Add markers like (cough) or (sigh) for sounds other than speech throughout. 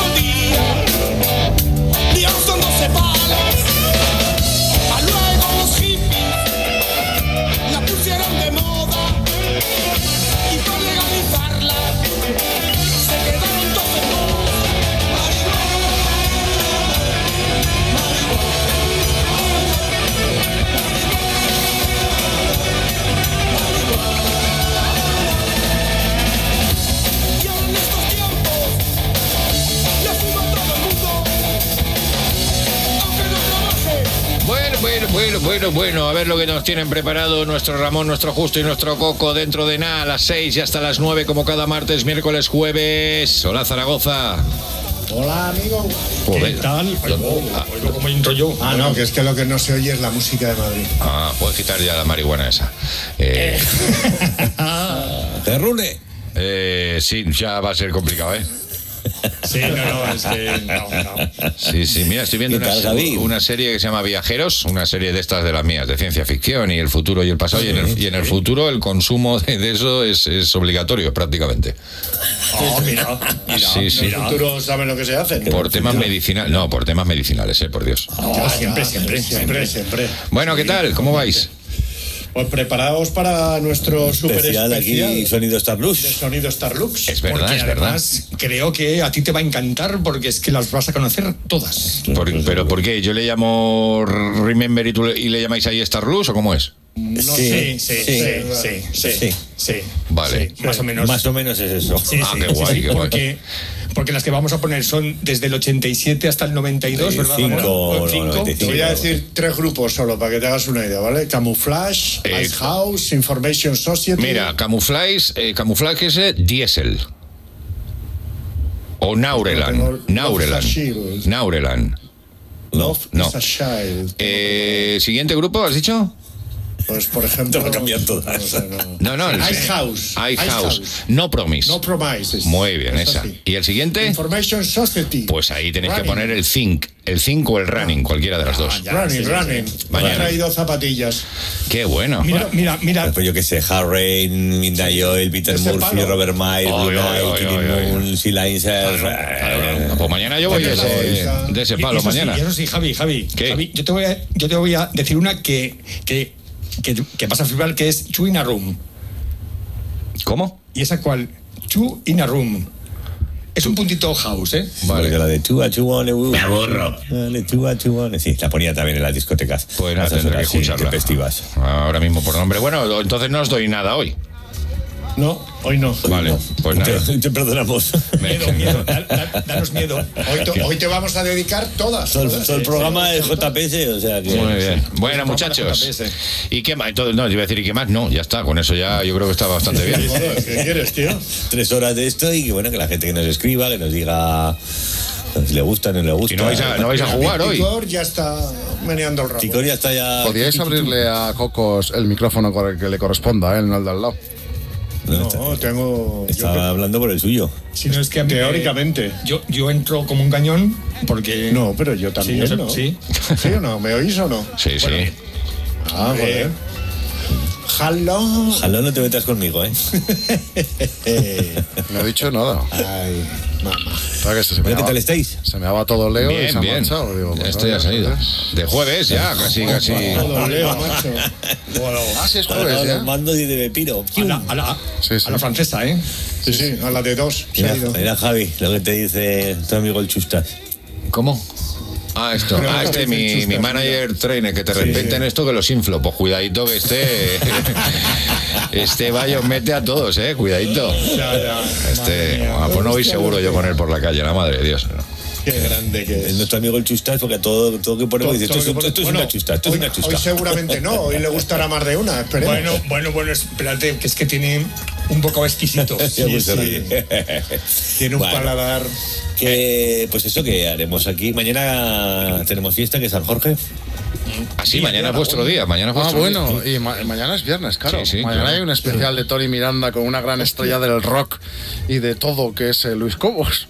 Ah, Bueno, bueno, bueno, bueno, a ver lo que nos tienen preparado nuestro Ramón, nuestro Justo y nuestro Coco dentro de nada a las 6 y hasta las 9 como cada martes, miércoles, jueves. Hola Zaragoza. Hola, amigo. Joder. ¿Qué tal? Oigo, oigo como entro yo. Ah, no, que es que lo que no se oye es la música de Madrid. Ah, puedes quitar ya la marihuana esa. Eh, (laughs) Te rune. eh, sí, ya va a ser complicado, ¿eh? Sí, no, no, es que no, no. Sí, sí, mira, estoy viendo ¿Qué una, tal, Javi? una serie que se llama Viajeros, una serie de estas de las mías, de ciencia ficción y el futuro y el pasado. y, en el, y en el futuro el consumo de, de eso es, es obligatorio prácticamente. Oh, mira, mira, Ah, Sí, sí. mira. Tú saben lo que se hace. Por temas medicinales. No, por temas medicinales, eh, por Dios. Oh, siempre, siempre, siempre, siempre. siempre. Bueno, ¿qué tal? ¿Cómo vais? Pues preparaos para nuestro super Especial especial, aquí, sonido de Starlux. sonido Starlux. Es verdad, Porque es verdad. además creo que a ti te va a encantar porque es que las vas a conocer todas. Pues Por- ¿Pero por qué? ¿Yo le llamo Remember y, tú le, y le llamáis ahí Star Luz o cómo es? No sé, Sí, sí, sí, sí, sí, sí, Sí. sí, Vale. sí, más o menos. Más o menos es eso. Sí, Ah, sí, qué sí, guay, sí, qué guay. porque, porque las que vamos a poner son desde el 87 hasta el 92, ¿verdad? Cinco, Ramón? no, Cinco. 95. Te voy a decir tres grupos solo para que te hagas una idea, ¿vale? Camouflage, Eh, Ice House, Information Society. Mira, camufláis, eh, camuflaje ese, Diesel. O Naurelan. Tengo- Naurelan. Shield. Naurelan. No. No. It's a Child. Eh, ¿Siguiente grupo, has dicho? Pues por ejemplo. Te va a cambiar todas. no sé, (laughs) No, no. no. el- Ice House. Ice Ice House. House. No Promise. No Promises. Muy bien, Eso esa. sí. ¿Y el siguiente? Information Society. Pues ahí tenéis que Running. Ah, poner el Think. El Think o el Running, cualquiera de las dos. Running, running. Me Mañana. ha traído zapatillas. Qué bueno. Mira, mira, mira. Pues yo qué sé, Harry, Midnight Oil, Peter Ese Murphy, palo. Robert Myers, Oy, oy, oy, Blue Knight, oy, oy. Killing Moon, Sea Lions, Claro, claro. Pues mañana yo voy de Mañana ese, vais a- de ese Y- palo, eso sí, mañana. eso sí, Javi, Javi. ¿Qué? Javi, yo, te voy a, yo te voy a decir una que, que, que, que vas a flipar, que es Chu in a Room. ¿Cómo? ¿Y esa cuál? Chu in a Room. Es un puntito house, ¿eh? Vale. Porque la de Chua Chuone, Me aburro. La de Chua Chuone, sí, la ponía también en las discotecas. Pues nada, A esas tendré que horas, sí, escucharla. Ah. Festivas. Ahora mismo por nombre. Bueno, entonces no os doy nada hoy. No, hoy no. Vale, pues nada. Te, (laughs) te perdonamos. Miedo, miedo. da- da- danos miedo. Hoy, te- hoy te vamos a dedicar todas. Todo el, todas. todo el programa es JPS, o sea que. Muy bien. Bueno, Programa muchachos. JPS. ¿Y qué más? Entonces, no, yo iba a decir, ¿y qué más? No, ya está. Con eso ya yo creo que está bastante bien. (laughs) Joder, ¿Qué quieres, tío? Tres horas de esto y que bueno, que la gente que nos escriba, que nos diga si le gusta, no le gusta. Y no vais a, no vais a jugar hoy. Ticor ya está meneando el rabo. Chicos, ya está ya. Podríais abrirle a Cocos el micrófono con el que le corresponda, ¿eh? no el de al lado. No, está- No, tengo. yo estaba hablando por el suyo. Si no es que a mí- Teóricamente. Yo, yo entro como un cañón porque. creo- No, pero yo sí, también, yo sé- ¿no? sí. ¿Sí o no? (laughs) ¿Me oís o no? Sí, sí. Ah, joder. Eh. Hello. Ojalá no te metas conmigo, (laughs) ¿eh? Eh, No he dicho nada. ay, mamá. Claro que este se, se me Mira, ¿qué daba- tal estáis? se me daba todo Leo y se Bien, ha bien. marchado. Digo, pues, Esto ya vaya, se ha ido. pues, De jueves ya, casi, casi. Todo leo, macho. Ah, sí, es Ahora jueves los ya. mando y de Pepiro. A la, a la- Sí, sí. a la francesa, ¿eh? Sí, sí, a la de dos. Se Mira, ha ido. mira, Javi, lo que te dice tu amigo el Chustas. ¿Cómo? Ah, esto. Pero Ah, no este, te dicen mi, chustas, mi manager trainer, que te respeten esto que los inflo. Pues cuidadito que (laughs) este. este vaya, os mete a todos, eh. Cuidadito. Este. ah, pues no voy seguro yo con él por la calle, la madre de Dios. Qué grande que Es es. Eh, nuestro amigo el Chustas porque todo, todo que ponemos dice: Todo Esto, es- lo que esto es pone- una chusta, esto hoy, es una hoy chusta. seguramente (laughs) no, hoy le gustará más de una, esperemos. Bueno, bueno, bueno, espérate, que es que tiene un bocado exquisito. (laughs) Ya me se sí. ríe. tiene un Bueno. paladar. Que, pues eso que haremos aquí. Mañana tenemos fiesta que es San Jorge. Así, mañana es vuestro día. Mañana es Ah, vuestro día. bueno, y ma- mañana es viernes, claro. Sí, sí, mañana claro. hay un especial de Tony Miranda con una gran estrella del rock y de todo, que es eh, Luis Cobos.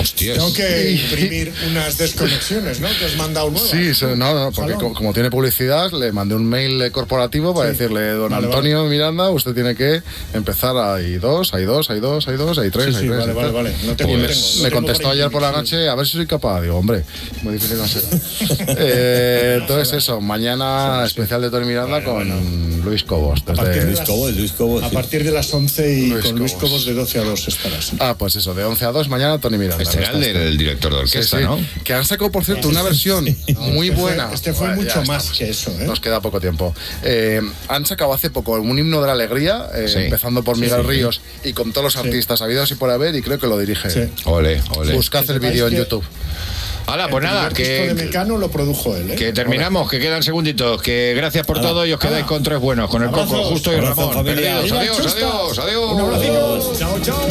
Hostias. Tengo que imprimir unas desconexiones, ¿no? Que has (laughs) mandado nuevas. Sí, se- no, no, porque Ojalá. co- como tiene publicidad, le mandé un mail eh, corporativo para decirle, don Vale, Antonio Miranda, usted tiene que empezar hay dos, hay dos, hay dos, hay dos, hay tres, Sí, hay sí, tres. vale, hay vale, tres". vale. No tengo, Y no me, tengo, no me tengo contestó para ayer por la imprimir. noche, a ver si soy capaz. Digo, hombre, muy difícil no (laughs) será. Eh, entonces eso, mañana especial de Tony Miranda con Luis Cobos. desde- partir de Luis Cobos, Luis Cobos. A sí. partir de las 11 y Luis con Luis Cobos. Cobos de 12 a 2 estarás. Ah, pues eso, de 11 a 2 mañana Tony Miranda. Este era el, del- el director de Sí, orquesta, sí. ¿no? Que han sacado, por cierto, una versión (laughs) muy Este fue- buena. este fue Bueno, ya mucho más estamos. que eso, ¿eh? Nos queda poco tiempo. Eh, han sacado hace poco un himno de la alegría, eh, Sí. empezando por Miguel Ríos y con todos los artistas habidos y por haber, y creo que lo dirige. Sí. Ole, ole. Buscad Que el vídeo en sepáis que- YouTube. Hala, pues nada, Esto de que, Mecano lo produjo él, ¿eh? que terminamos, que quedan segunditos, que gracias por todo y os quedáis con tres buenos, con el Coco, Abrazos. Justo y Abrazos, Ramón. familia. Perdidos. Viva Adiós, Chustas. adiós, adiós. Un abracito. Chao, chao.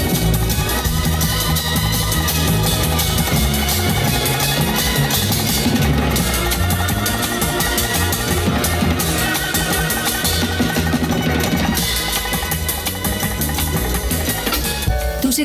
Tu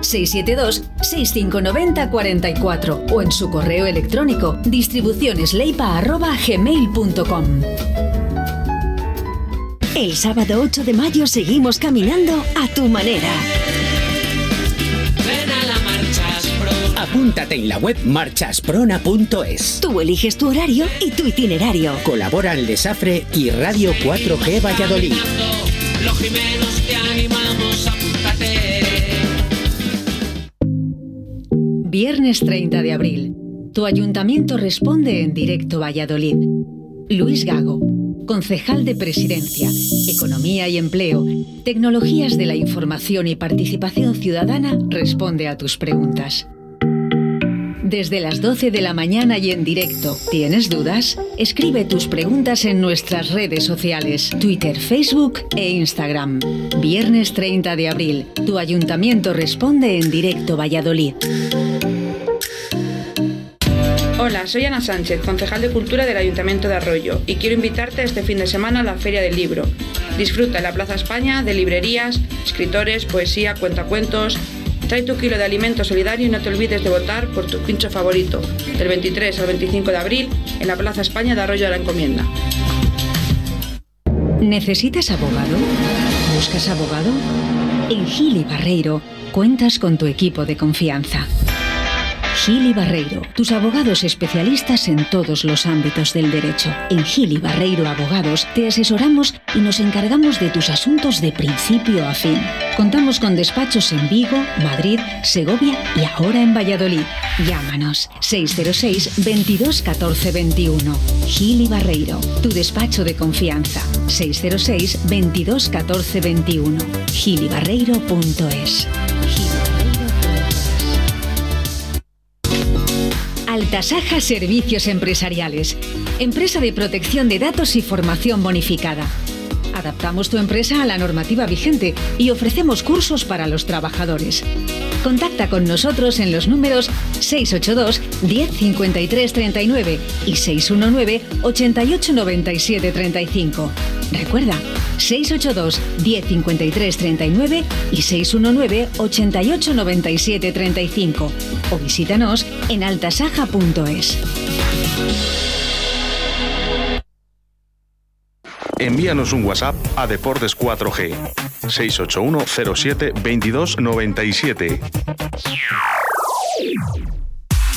672-6590-44 o en su correo electrónico distribucionesleipa.gmail.com El sábado 8 de mayo seguimos caminando a tu manera. Apúntate en la web marchasprona.es. Tú eliges tu horario y tu itinerario. Colaboran Lesafre y Radio 4G Valladolid. Viernes 30 de abril. Tu ayuntamiento responde en directo Valladolid. Luis Gago, concejal de Presidencia, Economía y Empleo, Tecnologías de la Información y Participación Ciudadana, responde a tus preguntas. Desde las 12 de la mañana y en directo. ¿Tienes dudas? Escribe tus preguntas en nuestras redes sociales, Twitter, Facebook e Instagram. Viernes 30 de abril. Tu ayuntamiento responde en directo Valladolid. Hola, soy Ana Sánchez, concejal de Cultura del Ayuntamiento de Arroyo, y quiero invitarte este fin de semana a la Feria del Libro. Disfruta en la Plaza España de librerías, escritores, poesía, cuentacuentos. Trae tu kilo de alimento solidario y no te olvides de votar por tu pincho favorito, del 23 al 25 de abril en la Plaza España de Arroyo de la Encomienda. ¿Necesitas abogado? ¿Buscas abogado? En Gili Barreiro cuentas con tu equipo de confianza. Gili Barreiro, tus abogados especialistas en todos los ámbitos del derecho. En Gili Barreiro Abogados te asesoramos y nos encargamos de tus asuntos de principio a fin. Contamos con despachos en Vigo, Madrid, Segovia y ahora en Valladolid. Llámanos 606 22 14 21. Gili Barreiro, tu despacho de confianza. 606 22 14 21. gilibarreiro.es. gilibarreiro.es. Altasaja Servicios Empresariales, empresa de protección de datos y formación bonificada. Adaptamos tu empresa a la normativa vigente y ofrecemos cursos para los trabajadores. Contacta con nosotros en los números 682 10 53 39 y 619 88 97 35. Recuerda, 682 10 53 39 y 619 88 97 35 o visítanos en altasaja.es. Envíanos un WhatsApp a Deportes 4G 681 07 22 97.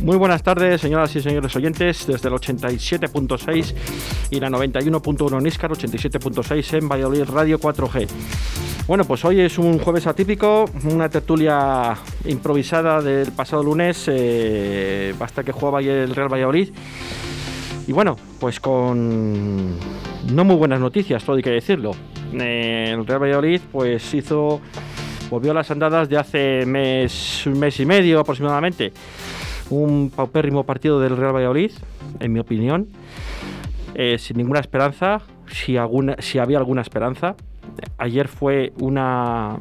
Muy buenas tardes, señoras y señores oyentes, desde el 87.6 y la 91.1 en Iscar, 87.6 en Valladolid Radio 4G. Bueno, pues hoy es un jueves atípico, una tertulia improvisada del pasado lunes, eh, hasta que jugaba ayer el Real Valladolid. Y bueno, pues con no muy buenas noticias, todo hay que decirlo. Eh, el Real Valladolid pues hizo, volvió a las andadas de hace mes, un mes y medio aproximadamente un paupérrimo partido del Real Valladolid, en mi opinión. eh, sin ninguna esperanza, si, alguna, si había alguna esperanza. Ayer fue una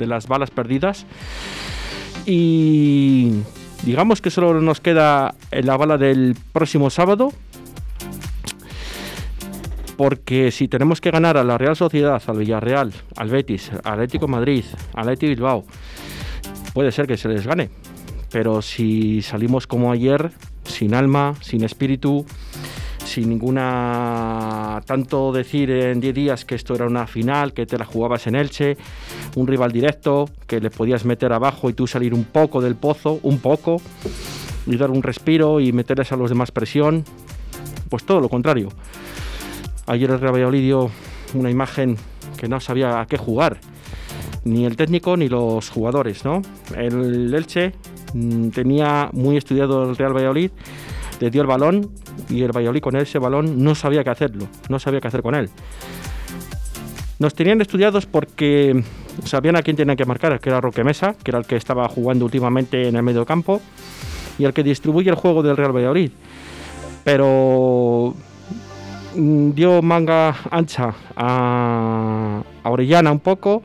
de las balas perdidas y digamos que solo nos queda eh, la bala del próximo sábado porque si tenemos que ganar a la Real Sociedad, al Villarreal, al Betis, al Atlético de Madrid, al Athletic Bilbao, puede ser que se les gane. Pero si salimos como ayer, sin alma, sin espíritu, sin ninguna tanto decir en 10 días que esto era una final, que te la jugabas en Elche, un rival directo, que le podías meter abajo y tú salir un poco del pozo, un poco, y dar un respiro y meterles a los demás presión, pues todo lo contrario. Ayer el Real Valladolid dio una imagen que no sabía a qué jugar, ni el técnico ni los jugadores, ¿no? El Elche mm, tenía muy estudiado el Real Valladolid, le dio el balón y el Valladolid con ese balón no sabía qué hacerlo, no sabía qué hacer con él. Nos tenían estudiados porque sabían a quién tenían que marcar, que era Roque Mesa, que era el que estaba jugando últimamente en el medio campo y el que distribuye el juego del Real Valladolid. Pero mm, dio manga ancha a, Orellana un poco,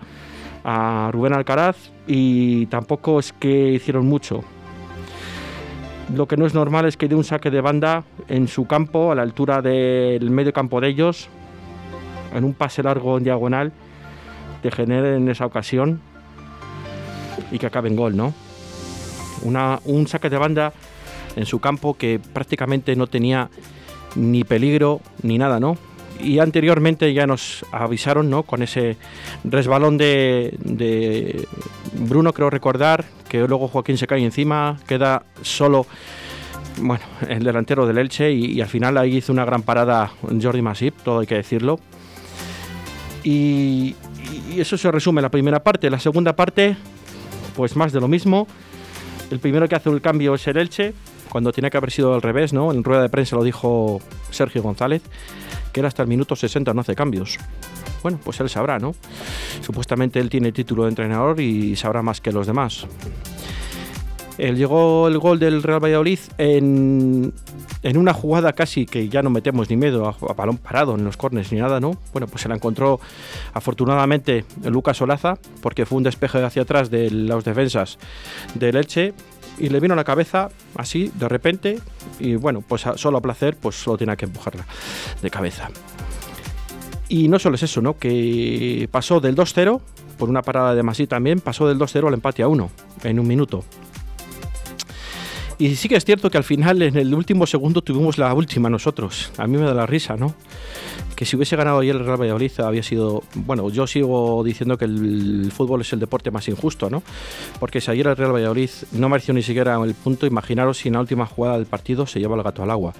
a Rubén Alcaraz y tampoco es que hicieron mucho. Lo que no es normal es que dé un saque de banda en su campo, a la altura del medio campo de ellos, en un pase largo en diagonal, te genere en esa ocasión y que acabe en gol, ¿no? Una, un saque de banda en su campo que prácticamente no tenía ni peligro, ni nada, ¿no? Y anteriormente ya nos avisaron, ¿no? Con ese resbalón de, de, Bruno, creo recordar, que luego Joaquín se cae encima, queda solo, bueno, el delantero del Elche y, y al final ahí hizo una gran parada Jordi Masip, todo hay que decirlo. Y, y eso se resume la primera parte. La segunda parte, pues más de lo mismo. El primero que hace el cambio es el Elche, cuando tenía que haber sido al revés, ¿no? En rueda de prensa lo dijo Sergio González, que era hasta el minuto 60 no hace cambios. Bueno, pues él sabrá, ¿no? Supuestamente él tiene título de entrenador y sabrá más que los demás. Él Eh, llegó el gol del Real Valladolid en, en una jugada casi que ya no metemos ni miedo a, a balón parado en los cornes ni nada, ¿no? Bueno, pues se la encontró afortunadamente Lucas Olaza, porque fue un despeje hacia atrás de las defensas del Elche, y le vino a la cabeza así de repente y bueno, pues a, solo a placer pues solo tenía que empujarla de cabeza. Y no solo es eso, ¿no? Que pasó del 2-0, por una parada de Masí también, pasó del 2-0 al empate a 1 en un minuto. Y sí que es cierto que al final, en el último segundo, tuvimos la última nosotros. A mí me da la risa, ¿no? Que si hubiese ganado ayer el Real Valladolid, había sido. Bueno, yo sigo diciendo que el fútbol es el deporte más injusto, ¿no? Porque si ayer el Real Valladolid no mereció ni siquiera el punto, imaginaros si en la última jugada del partido se lleva el gato al agua.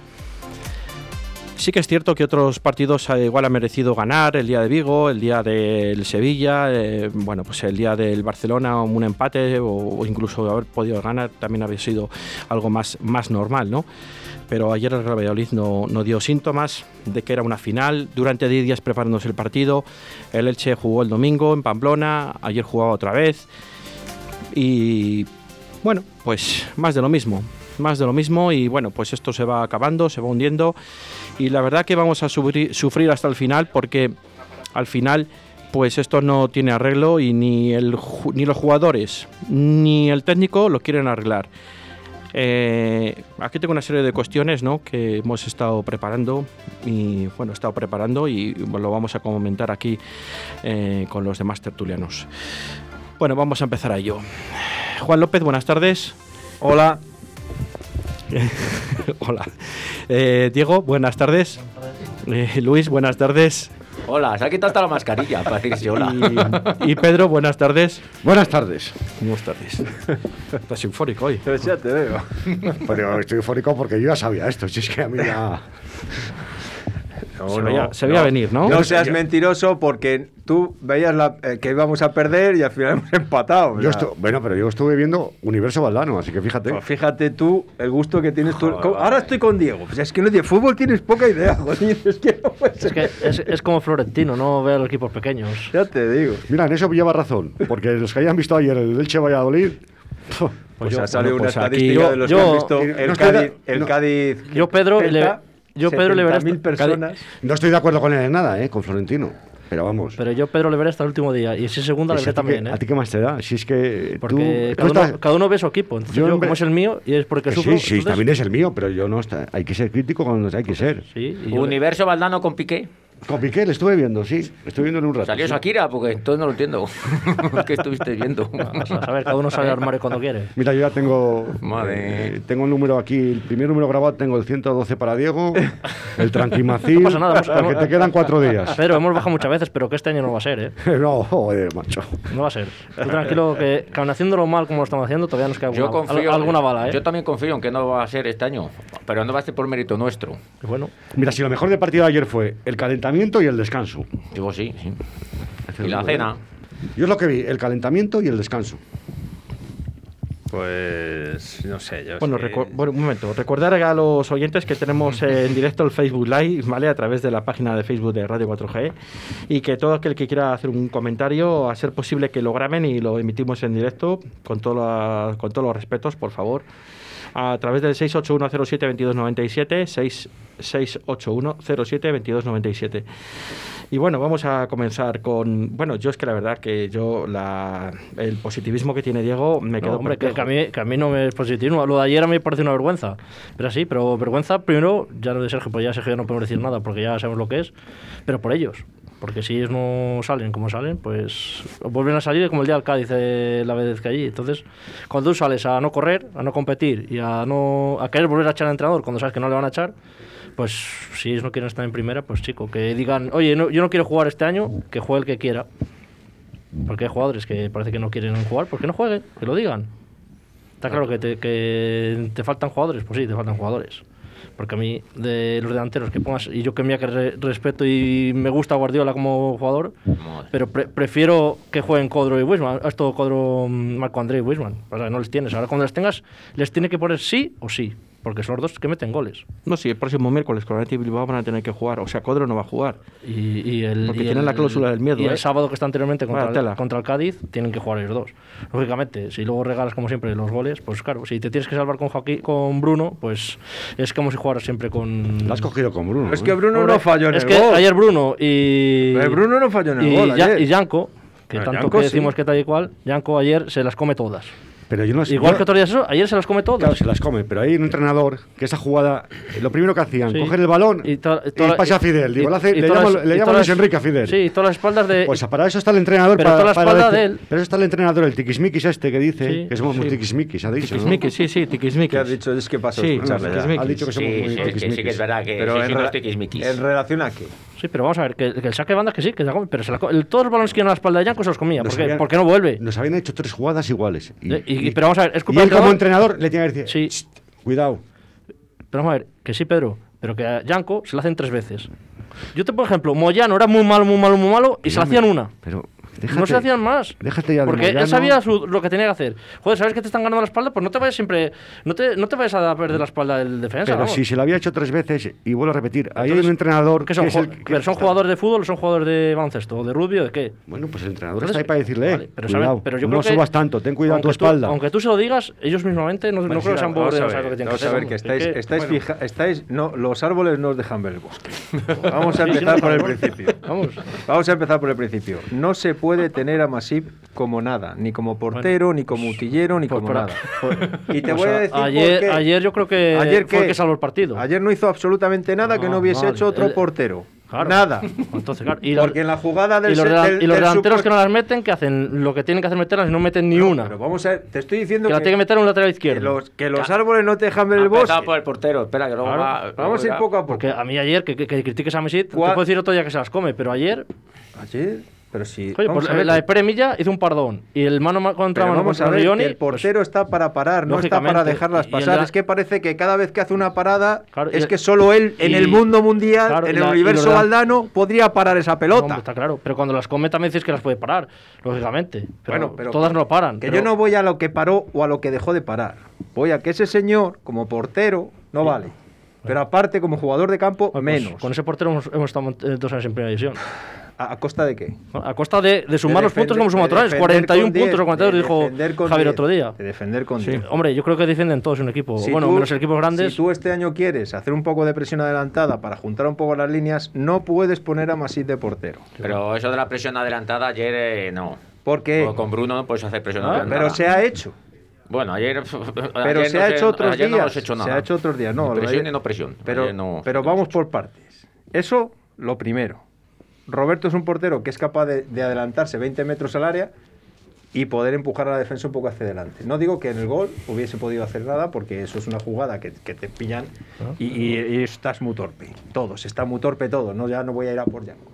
Sí que es cierto que otros partidos eh, igual ha merecido ganar, el día de Vigo, el día del Sevilla, eh, bueno, pues el día del Barcelona, un empate o, o, incluso haber podido ganar también había sido algo más, más normal, ¿no? Pero ayer el Real Valladolid no, no dio síntomas de que era una final, durante 10 días preparándose el partido, el Elche jugó el domingo en Pamplona, ayer jugaba otra vez y bueno, pues más de lo mismo, más de lo mismo y bueno, pues esto se va acabando, se va hundiendo y la verdad que vamos a sufrir, sufrir, hasta el final porque al final pues esto no tiene arreglo y ni, el, ni los jugadores ni el técnico lo quieren arreglar. Eh, aquí tengo una serie de cuestiones ¿no? que hemos estado preparando y bueno, he estado preparando y lo vamos a comentar aquí eh, con los demás tertulianos. Bueno, vamos a empezar a ello. Juan López, buenas tardes. Hola. (laughs) Hola. Eh, Diego, buenas tardes. Eh, Luis, buenas tardes. Hola, se ha quitado hasta la (laughs) mascarilla para decirse hola. Y, y Pedro, buenas tardes. Buenas tardes. Buenas tardes. Estás eufórico hoy. Pero ya te veo. Pero estoy eufórico porque yo ya sabía esto. Si es que a mí ya... No, se, veía, no, se veía no, venir, ¿no? No seas mentiroso porque tú veías la, eh, que íbamos a perder y al final (laughs) hemos empatado. Yo estu, bueno, pero yo estuve viendo Universo Valdano, así que fíjate. Pues fíjate tú el gusto que tienes Joder, tú. Vale. Ahora estoy con Diego. Pues es que no de fútbol tienes poca idea, (laughs) joder, Es que, no puede ser. Es, que es, es, como Florentino, no ver los equipos pequeños. Ya te digo. Mira, en eso lleva razón, porque los que hayan visto ayer el Elche Valladolid. (laughs) Pues, pues yo, ha salido bueno, pues una estadística aquí, de los yo, que han visto el, Cádiz, el Cádiz. Yo, Pedro, le, yo, Pedro Leveras. mil personas. No estoy de acuerdo con él en nada, ¿eh? Con Florentino. Pero vamos. Pero yo, Pedro Leveras, hasta el último día. Y si es segunda, ¿Y si le veré a ti qué- también, ¿eh? ¿A ti qué más te da? Si es que. Porque tú, cada, tú uno, estás- cada uno ve su equipo. Entonces, Yo, Pues yo, hombre- como es el mío, y es porque Que sufro. sí, sí, entonces- también es el mío, pero yo no. está- hay que ser crítico cuando hay que ser. Sí, y yo- Universo Valdano con Piqué. Con Piqué le estuve viendo, sí. Estuve viéndole un rato. Salió sí. Shakira, porque entonces no lo entiendo. (laughs) ¿Qué estuviste (laughs) viendo? A ver, cada uno sale al armario cuando quiere. Mira, yo ya tengo. Madre. eh, tengo el número aquí, el primer número grabado tengo el 112 para (laughs) Diego, el tranquimacil. No pasa nada, vamos- porque te quedan cuatro (laughs) días. Pedro, hemos bajado muchas veces, pero que este año no va a ser, ¿eh? (laughs) no, joder, macho. No va a ser. Tú tranquilo, que, que aun haciéndolo mal como lo estamos haciendo, todavía nos queda alguna, Yo confío. al- alguna bala, ¿eh? Yo también confío en que no va a ser este año, pero no va a ser por mérito nuestro. Bueno, Mira, si lo mejor del partido de ayer fue el calentamiento y el descanso. Digo, sí, sí. Ese Y es la bueno. cena. Yo es lo que vi, el calentamiento y el descanso. Pues no sé, yo. es Bueno, que- recu- bueno, un momento. Recordar a los oyentes que tenemos eh, en directo el Facebook Live, ¿vale? A través de la página de Facebook de Radio 4G. Y que todo aquel que quiera hacer un comentario, a ser posible que lo graben y lo emitimos en directo, con, todo la- con todos los respetos, por favor. A través del 681072297, 681072297. Y bueno, vamos a comenzar con. Bueno, yo es que la verdad que yo, la, el positivismo que tiene Diego, me No, quedo hombre, que, perplejo. que a mí, que a mí no me es positivo. Lo de ayer a mí me parece una vergüenza. Pero sí, pero vergüenza primero, ya lo de Sergio, pues ya Sergio ya no podemos decir nada porque ya sabemos lo que es, pero por ellos. Porque si ellos no salen como salen, pues vuelven a salir como el día del Cádiz eh, la vez que allí. Entonces, cuando tú sales a no correr, a no competir y a no a querer volver a echar al entrenador cuando sabes que no le van a echar, pues si ellos no quieren estar en primera, pues chico, que digan, oye, no- yo no quiero jugar este año, que juegue el que quiera. Porque hay jugadores que parece que no quieren jugar, pues que no jueguen, que lo digan. Está claro que te, que te faltan jugadores, pues sí, te faltan jugadores. Porque a mí, de los delanteros que pongas, y yo que mira que re- respeto y me gusta Guardiola como jugador, pero pre- prefiero que jueguen Codro y Wisman, esto Codro, mm, Marco André y Wisman. O sea, no les tienes. Ahora cuando les tengas, les tiene que poner sí o sí, porque son los dos que meten goles. No, sí, el próximo miércoles con Athletic Bilbao van a tener que jugar. O sea, Codro no va a jugar. Y, y el, Porque y tienen el- la cláusula del miedo. Y el ¿eh? sábado que está anteriormente contra, Vaya tela. el, contra el Cádiz, tienen que jugar ellos dos. Lógicamente, si luego regalas como siempre los goles, pues claro, si te tienes que salvar con Joaquín, con Bruno, pues es como si jugaras siempre con. La has cogido con Bruno. Es ¿eh? que Bruno Pobre- no falló en el gol. Ayer Bruno y. Pero Bruno no falló en el y gol Ya- ayer. Y Yanko, que Ah, tanto Yanko que decimos sí. que tal y cual, Yanko ayer se las come todas. Pero yo no sé- Igual yo- que otros días, eso, ayer se las come todas. Claro, se las come, pero hay un entrenador que esa jugada, eh, lo primero que hacían, Sí. coger el balón y, to- toda- pase a Fidel. Digo, y- le hace- y le todas- llamo, le y llamo todas- Luis Enrique a Fidel. Sí, todas las espaldas de. Pues para eso está el entrenador. Pero para, toda la para espalda decir- de él. Pero está el entrenador, el tiquismiquis este que dice Sí, que somos muy sí. tiquismiquis, ha dicho. ¿no? Tiquismiquis, sí, sí, tiquismiquis. ¿Qué ha dicho? Es que pasó Sí, escucharle ya. tiquismiquis. Ha dicho que somos Sí, muy sí, sí, tiquismiquis. sí que es verdad que Pero sois en unos ra- tiquismiquis. en relación a qué? Sí, pero vamos a ver, que, que el saque de bandas que sí, que se la come, pero se la co- el- todos los balones que iban a la espalda de Yanko se los comía. Nos ¿Por qué? habían- Porque no vuelve. Nos habían hecho tres jugadas iguales. Y, Eh, y- pero vamos a ver, es culpa y él del como entrenador. entrenador le tiene que decir, "Shh, cuidado. Pero vamos a ver, que sí, Pedro, pero que a Yanko se la hacen tres veces. Yo te, por ejemplo, Moyano era muy malo, muy malo, muy malo, y se la hacían una. Pero no se hacían más. Déjate ya de Porque él Moyano. sabía su- lo que tenía que hacer. Joder, ¿sabes que te están ganando la espalda? Pues no te vayas siempre. No te, no te vayas a perder la espalda del defensa. Pero vamos. si se lo había hecho tres veces, y vuelvo a repetir, ahí hay un entrenador ¿Qué son, que es el- ju- pero son jugadores de fútbol o son jugadores de baloncesto? ¿O de rugby o de qué? Bueno, pues el entrenador Entonces, está ahí para decirle, eh, vale, pero saben- cuidado, pero yo no creo que- subas tanto, ten cuidado a tu aunque tú- espalda. aunque tú se lo digas, ellos mismamente no, Pues no Bueno, creo sí, que sean vamos bobos de a no ver, saber lo que tienen vamos que a hacer. ver, que Es estáis, que, estáis, bueno. fija- estáis- no, los árboles no os dejan ver el bosque. Vamos a Sí, sí, empezar no, por el no. principio. Vamos. Vamos a empezar por el principio. No se puede tener a Masip como nada, ni como portero, ni como utillero, ni como Pues para- nada. Y te O voy sea, a decir por ayer- qué. ayer yo creo que ayer fue el qué? que salvó el partido. Ayer no hizo absolutamente nada que Ah, no hubiese vale. hecho otro El- portero. Claro. Pues Nada. Entonces, claro, y Porque en la jugada del y los, se- delan- del- y los del delanteros supuesto- que no las meten, que hacen lo que tienen que hacer meterlas y no meten ni una. Pero vamos a ver, te estoy diciendo que, la que- tiene que meter un lateral izquierdo. Los, que los árboles no te dejan ver el bosque. Empezado por el portero, espera, que luego Claro. va. Vamos a ir poco a poco. Porque a mí ayer, que, que- que critiques a Messi, te ¿Cuál? puedo decir otro día que se las come, pero ayer. Ayer, ¿Ah, pero si. Oye, vamos pues a ver. la de Pere Milla hizo un pardón. Y el mano ma- contra Pero mano vamos contra a ver, Rioni, que el portero está para parar, no está para pues lógicamente. dejarlas Y- y el pasar. de la- Es que parece que cada vez que hace una parada, Claro, y es el- que solo él, en y- el mundo mundial, claro, en y el la- y universo los da- valdano, podría parar esa No, pelota. hombre, está claro. Pero cuando las come también dices que las puede parar, lógicamente. Pero Bueno, pero- todas no paran. que pero- yo no voy a lo que paró o a lo que dejó de parar. Voy a que ese señor, como portero, no vale. Pero aparte, como jugador de campo, Bueno, pues, menos. Con ese portero hemos, hemos estado eh, dos años en primera división. ¿A, a costa de qué? A costa de, de sumar los defender- puntos que hemos sumado de otra vez. defender 41 con diez, puntos o 42, de defender dijo con Javier diez, otro día. de defender con diez. Hombre, yo creo que defienden todos un equipo. Si bueno, tú- menos equipos grandes. Si tú este año quieres hacer un poco de presión adelantada para juntar un poco las líneas, no puedes poner a Masip de portero. Pero eso de la presión adelantada ayer eh, no. ¿Por qué? O con Bruno no puedes hacer presión Ah, adelantada. pero se ha hecho. Bueno, ayer. (laughs) Pero ayer se no ha hecho otros ayer no días. hemos hecho nada. Se ha hecho otros días. No, Ni presión ayer- y no presión. Pero, Ayer no- pero vamos por partes. Eso, lo primero. Roberto es un portero que es capaz de, de adelantarse 20 metros al área y poder empujar a la defensa un poco hacia adelante. No digo que en el gol hubiese podido hacer nada porque eso es una jugada que, que te pillan y, y- y estás muy torpe. Todos, está muy torpe todo. No, ya no voy a ir a por Yanko.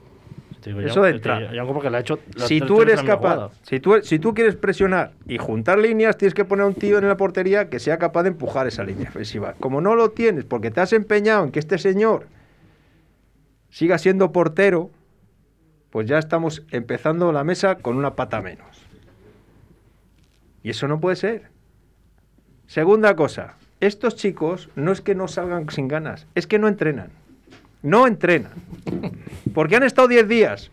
Eso de entrada. porque la ha hecho. la- Si la- tú la- la eres misma capaz, jugada. si tú, e- si tú quieres presionar y juntar líneas, tienes que poner a un tío en la portería que sea capaz de empujar esa línea ofensiva. Como no lo tienes, porque te has empeñado en que este señor siga siendo portero, pues ya estamos empezando la mesa con una pata menos. Y eso no puede ser. Segunda cosa, estos chicos no es que no salgan sin ganas, es que no entrenan. No entrenan. Porque han estado 10 días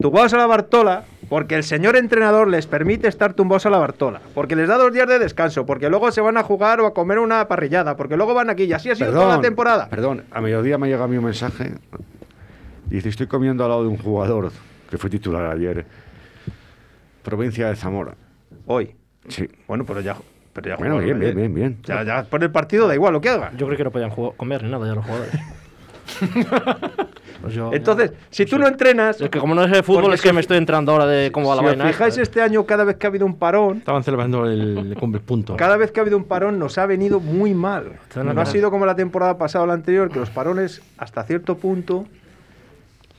tumbados a la Bartola porque el señor entrenador les permite estar tumbados a la Bartola, porque les da dos días de descanso, porque luego se van a jugar o a comer una parrillada, porque luego van aquí y así ha sido toda la temporada. Perdón, a mediodía me llega a mí un mensaje. Dice, estoy comiendo al lado de un jugador que fue titular ayer. Provincia de Zamora. Hoy. Sí. Bueno, pero ya, pero ya Bueno, jugaron bien, ayer. bien, bien, bien. ¿eh? Ya, ya, por el partido da igual lo que haga. Yo creo que no podían jugar- comer ni nada ya los jugadores. Pues yo- Entonces, si tú no entrenas... Es que como no es de fútbol, Porque es que si- me estoy entrando ahora de cómo va la si os vaina. ¿eh? fijáis este año, cada vez que ha habido un parón, Estaban celebrando el cumple punto. cada vez que ha habido un parón nos ha venido muy mal. Te dan la No ha cara. sido como la temporada pasada o la anterior, que los parones hasta cierto punto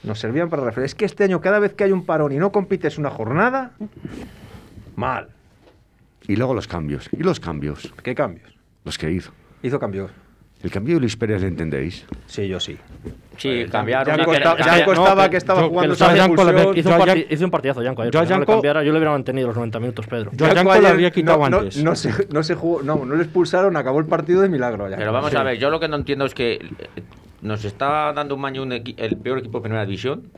nos servían para referir. Es que este año, cada vez que hay un parón y no compites una jornada, mal. Y luego los cambios. ¿Y los cambios? ¿Qué cambios? Los que hizo. Hizo cambios. El cambio de Luis Pérez, ¿le entendéis? Sí, yo sí. Sí, cambiaron. ya una- costa- que- ya que- costaba pero- que estaba yo- jugando que lo esa sabe- expulsión. Hizo un, Yo a parti- Yanko- hizo un partidazo Yanko ayer. Yo a porque no le Yanko- cambiara, yo le hubiera mantenido los 90 minutos, Pedro. Yanko ayer no, no- No, se, no se jugó, no, no le expulsaron, acabó el partido de milagro. Yanko. Pero vamos Sí. a ver, yo lo que no entiendo es que eh, nos está dando un maño un equi- el peor equipo de primera división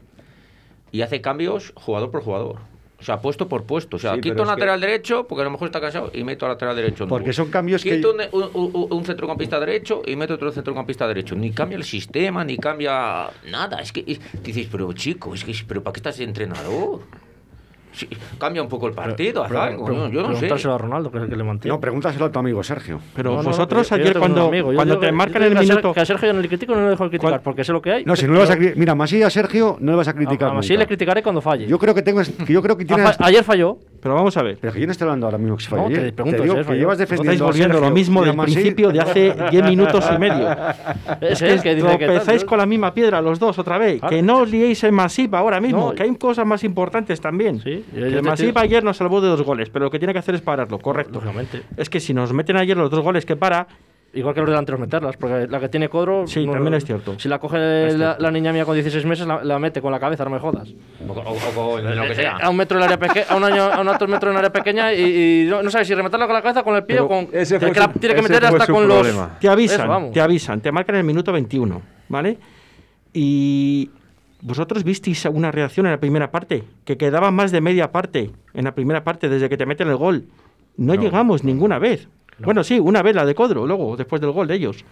y hace cambios jugador por jugador. O sea, puesto por puesto. O sea, Sí, quito pero un es que- lateral derecho porque a lo mejor está cansado y meto al lateral derecho. Porque son cambios que- quito un, un- un- un centrocampista derecho y meto otro centrocampista derecho. Ni cambia el sistema, ni cambia nada. Es que es- dices, pero chico, es que, pero ¿para qué estás de entrenador? Sí, cambia un poco el partido, haz pero- algo, pero- ¿no? yo no sé. Preguntárselo a Ronaldo, que es el que le mantiene. No, pregúntaselo a tu amigo Sergio. Pero No, no, vosotros yo- yo ayer tengo un cuando- amigo, yo cuando digo te que- marcan yo el digo que a Ser- minuto- Que a Sergio yo no le critico, no le dejo de criticar, porque sé lo que hay. No, si no le vas a Pero- cri- Mira, Masí y a Sergio no le vas a criticar. a Masí nunca. le criticaré cuando falle. Yo creo que tengo. que yo creo que tienes- Ah, fa- ayer falló. Pero vamos a ver. Pero que yo no estoy hablando ahora mismo que se falló No, te ayer. pregunto si digo es que fallo. llevas No estáis defendiendo a volviendo Sergio lo mismo y a del Masí. principio de (laughs) hace 10 minutos y medio. Ese (laughs) es el que dice que tal, tropezáis ¿no? Ah. con la misma piedra los dos otra vez. Que no os liéis en Masiva ahora mismo, que hay cosas más importantes también. yo Que te Masip estoy- ayer nos salvó de dos goles, pero lo que tiene que hacer es pararlo, correcto. Es que si nos meten ayer los dos goles que para... Igual que los delanteros meterlas, porque la que tiene Codro... Sí, no- también es cierto. Si la coge la, la niña mía con 16 meses, la, la mete con la cabeza, no me jodas. O, o- o lo que Eh, sea. eh, A un metro del área pequeña, a un, año, a un alto metro en área pequeña y, y no, no sabes si rematarla con la cabeza, con el pie Pero o con. ese tiene fue que la- su- tiene que ese meter fue hasta su con problema. los. Te avisan, Eso, vamos. te avisan, te marcan el minuto 21, ¿vale? Y vosotros visteis alguna reacción en la primera parte, que quedaba más de media parte en la primera parte desde que te meten el gol. No, llegamos ninguna vez. Bueno, sí, una vez la de Codro, luego, después del gol de ellos.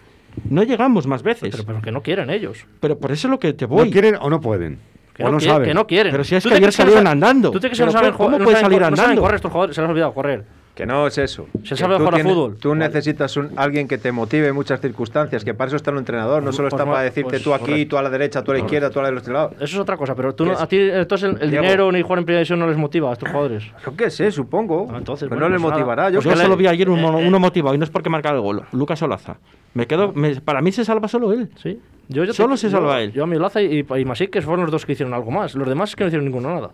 No llegamos más veces. Pero, que no quieren ellos. Pero por eso es lo que te voy. No quieren o no pueden. Que o no, no, quieren, saben. que no quieren. Pero si es ¿Tú que te ayer crees no salieron sa- andando. ¿Tú te crees que Pero no saben ¿cómo jugar- no puede saben salir cor- no saben andando? correr estos jugadores, se les ha olvidado correr. Que no es eso. Se Que sabe tú jugar al tienes- fútbol. Tú necesitas un- alguien que te motive en muchas circunstancias, que para eso está un entrenador, no solo pues está no, para decirte pues tú aquí, correcto. tú a la derecha, tú a la izquierda, tú a la del lado. Eso es otra cosa, pero tú no- Es- a ti entonces el, el Diego. dinero ni jugar en primera división no les motiva a estos jugadores. Yo qué sé, supongo. entonces, Pero bueno, no le pues nada. motivará. Yo Yo, creo que solo le- vi ayer un mono- uno motivado y no es porque marcar el gol. Lucas Olaza. Me quedo, me- para mí se salva solo él. Sí. Yo, yo te- solo se yo- salva él. Yo a mi Olaza y, y Masip, que fueron los dos que hicieron algo más. Los demás es que no hicieron ninguno nada.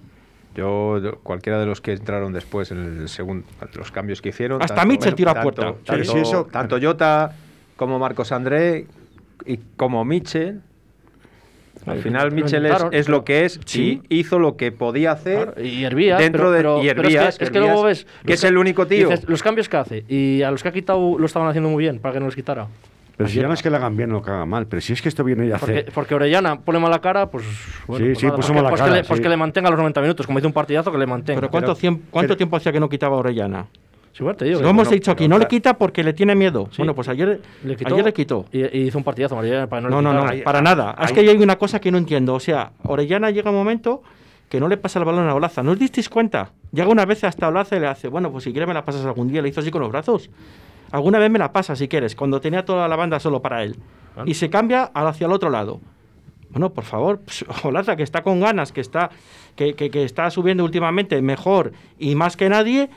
Yo, yo- cualquiera de los que entraron después en el segundo, los cambios que hicieron. Hasta Mitchell tiró a puerta. Tanto, Sí, tanto- sí, eso- tanto Jota como Marcos André y como Mitchell. Al Ay, final, lo Mitchell es, intentaron, es lo que es Sí. y hizo lo que podía hacer Claro, y Hervías, dentro pero- pero- de y pero Hervías, es que, es que Hervías, luego ves que los es ca- el único tío. dices, los cambios que hace y a los que ha quitado lo estaban haciendo muy bien para que no los quitara Pero si ya no es que le hagan bien o que hagan mal, pero si es que esto viene ya Porque, hace. porque Orellana pone mala cara, pues. Bueno, Sí, pues sí, nada, puso pues que- mala pues que cara, le- pues sí. que le mantenga los 90 minutos, como hizo un partidazo, que le mantenga. Pero ¿cuánto, tiemp- cuánto tiempo hacía que no quitaba a Orellana? Sí, bueno, te digo. Lo que- hemos bueno, dicho aquí, pero, no le o sea, quita porque le tiene miedo. Bueno, pues ayer le quitó ayer le quitó. Y, y hizo un partidazo, Orellana, para no No, le no, no, quitar- Ahí- para nada. Es ahí- que hay una cosa que no entiendo. O sea, Orellana llega un momento que no le pasa el balón a Olaza. ¿No os disteis cuenta? Llega una vez hasta Olaza y le hace, bueno, pues si quieres me la pasas algún día. Le hizo así con los brazos. Alguna vez me la pasa si quieres, cuando tenía toda la banda solo para él. Y se cambia al- hacia el otro lado. Bueno, por favor, pues, (laughs) Olaza, que está con ganas, que está, que, que- que está subiendo últimamente mejor y más que nadie.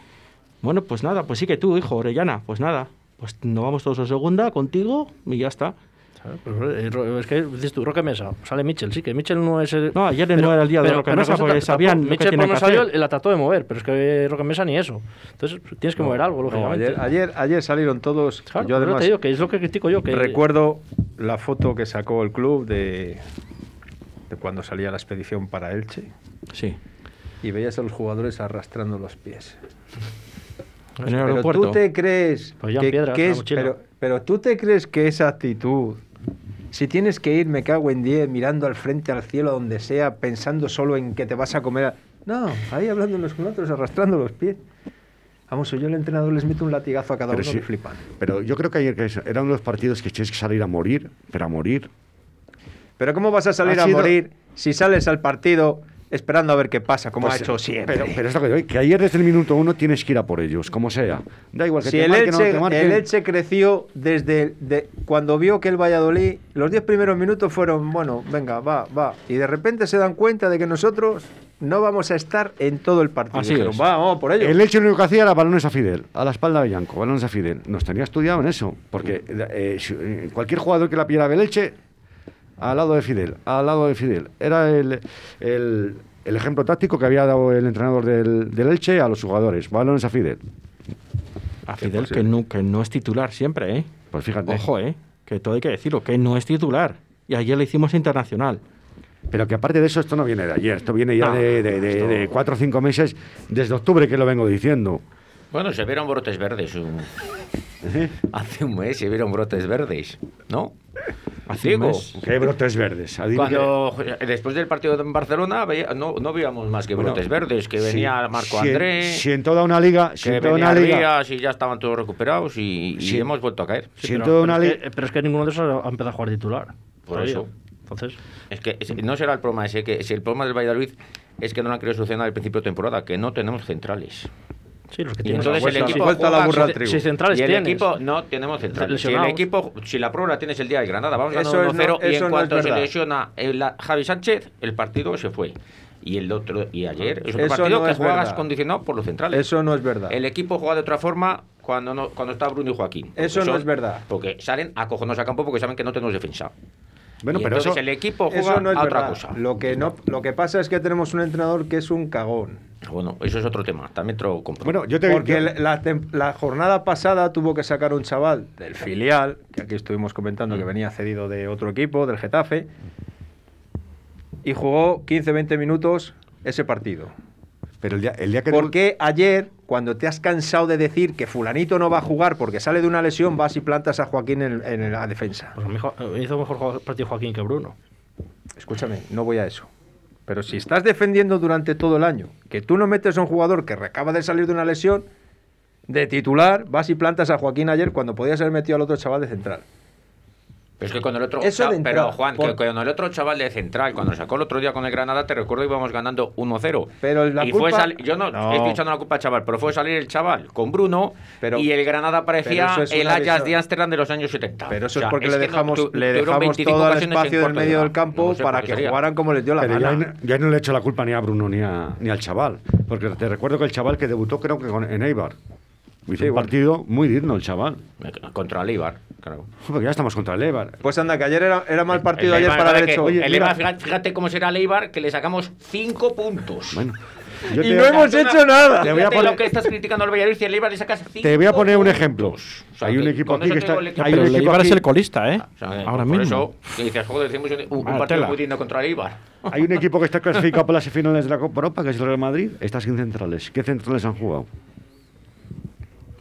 Bueno, pues nada, pues sí que tú, hijo, Orellana, pues nada. Pues nos vamos todos a segunda contigo y ya está. ¿sabes? Pues, eh, Ro- es que dices tú, Roque Mesa, sale Mitchell, sí, que Mitchell no es el. No, ayer no era el día de Roque Mesa, porque tampoco- sabían lo que Mitchell tienen cuando que salió hacer. la trató de mover, pero es que Roque Mesa ni eso. Entonces pues, tienes que mover algo, No, lógicamente. ayer, ayer, ayer salieron todos. Claro, yo por eso además te digo que es lo que critico yo. Que recuerdo la foto que sacó el club de, de cuando salía la expedición para Elche. Sí. Y veías a los jugadores arrastrando los pies. En el pero aeropuerto. tú te crees Pues ya que, piedras que en la es- mochila. pero, pero tú te crees que esa actitud si tienes que ir me cago en 10 mirando al frente al cielo donde sea pensando solo en que te vas a comer a- no ahí hablando unos con otros arrastrando los pies vamos o yo el entrenador les meto un latigazo a cada Pero uno sí. que flipan Pero yo creo que ayer que es- era uno de los partidos que tienes que salir a morir, pero a morir. pero cómo vas a salir Ha a sido- morir si sales al partido esperando a ver qué pasa como Pues, ha hecho siempre Pero, pero es lo que digo, que ayer desde el minuto uno tienes que ir a por ellos, como sea. Da igual que Si te el marquen o no Elche, te marquen. el Elche creció desde el- de- cuando vio que el Valladolid, los 10 primeros minutos fueron, bueno, venga, va, va. Y de repente se dan cuenta de que nosotros no vamos a estar en todo el partido. Así Dijeron, es. "Va, vamos por ello. El hecho único que hacía era balones a Fidel, a la espalda de Yanco, balones a Fidel. Nos tenía estudiado en eso, porque eh, si- eh, cualquier jugador que la pillara del Elche, al lado de Fidel, al lado de Fidel. Era el, el- el ejemplo táctico que había dado el entrenador del, del Elche a los jugadores, balones a Fidel. A Fidel, que no, que no es titular siempre, ¿eh? Pues fíjate. Ojo, ¿eh? Que todo hay que decirlo, que no es titular. Y ayer le hicimos internacional. Pero que aparte de eso, esto no viene de ayer, esto viene ya No, de, de- de- de cuatro o cinco meses, desde octubre que lo vengo diciendo. Bueno, se vieron brotes verdes. un- ¿Eh? Hace un mes se vieron brotes verdes, ¿no? Hace Digo, un mes. ¿Qué brotes verdes? Adivina Cuando eh, después del partido en Barcelona veía- no, no veíamos más que Bueno, brotes verdes, que Sí. venía Marco Si en- Andrés. Si en toda una liga, si Que en toda venía una liga. Rías y ya estaban todos recuperados y, y Sí. hemos vuelto a caer. Sí, pero, toda pero una es que, eh, pero es que ninguno de esos ha empezado a jugar titular. Pues Por todavía. eso. Entonces, Es que es- no será el problema ese, que si el problema del Valladolid es que no lo han querido solucionar al principio de temporada, que no tenemos centrales. sí, los que Y tienen. entonces el equipo Vuelta juega- al trigo. Si centrales y el tienes. equipo no tenemos centrales. Si el Lesionados. equipo, si la prueba la tienes el día de Granada, vamos Eso ganando es 1-0 no- y eso en no cuanto es se verdad. lesiona el- la- Javi Sánchez, el partido se fue. Y el otro y ayer es un Eso partido no que es juegas verdad. condicionado por los centrales. Eso no es verdad. El equipo juega de otra forma cuando no, cuando está Bruno y Joaquín. Porque Eso no son- es verdad. Porque salen acojonados a campo porque saben que no tenemos defensa. Bueno, Y pero entonces eso- el equipo juega Eso no es a otra verdad. cosa. Lo que, no, lo que pasa es que tenemos un entrenador que es un cagón. Bueno, eso es otro tema. También te lo compro. Bueno, yo Porque el- la, tem- la jornada pasada tuvo que sacar un chaval del filial, que aquí estuvimos comentando Mm. que venía cedido de otro equipo, del Getafe, y jugó 15-20 minutos ese partido. Pero el día, el día que ¿Por qué ayer, cuando te has cansado de decir que fulanito no va a jugar porque sale de una lesión, vas y plantas a Joaquín en, en la defensa? Pues mejor- hizo mejor jugado- partido Joaquín que Bruno. Escúchame, no voy a eso. Pero si estás defendiendo durante todo el año que tú no metes a un jugador que acaba de salir de una lesión de titular, vas y plantas a Joaquín ayer cuando podías haber metido al otro chaval de central. Pero es que con el otro. Eso de cha- pero entrada, Juan, por- que con el otro chaval de central, cuando sacó el otro día con el Granada, te recuerdo íbamos ganando 1-0. Pero la y culpa- fue sal- Yo no, No. estoy echando la culpa al chaval, pero fue salir el chaval con Bruno Pero- y el Granada parecía pero eso es el una Ajax visión- de Ámsterdam de los años 70. Pero O eso sea, es porque que le no dejamos, tu- le tuvieron dejamos 25 todo el ocasiones en espacio del cuarto de medio hora. del campo No sé para por qué que sería. jugaran como les dio la Pero ya, no- gana. ya no le he hecho la culpa ni a Bruno ni, a- ni al chaval. Porque te recuerdo que el chaval que debutó creo que con, en Eibar. Hizo un partido muy digno el chaval. Eh, Contra el Eibar, claro. Porque ya estamos contra el Eibar. Pues anda, que ayer era, era mal partido El ayer Eibar, para haber que- hecho. el Eibar, fíjate, fíjate cómo será el Eibar, que le sacamos 5 puntos. Bueno. Y no hemos hecho nada. Le Te voy a lo poner- que estás criticando al Valladolid, si el Eibar le sacas 5 Te voy a poner un ejemplo. hay un que equipo con aquí eso te que está. digo el equipo- Ah, Hay Pero un el equipo Eibar es aquí- el colista, ¿eh? Ahora por mismo. eso, que dices, joder, decimos un, un Ah, Vale, partido tela. muy digno contra el Eibar. Hay un equipo que está clasificado para las finales de la Copa Europa, que es el Real Madrid. Está sin centrales. ¿Qué centrales han jugado?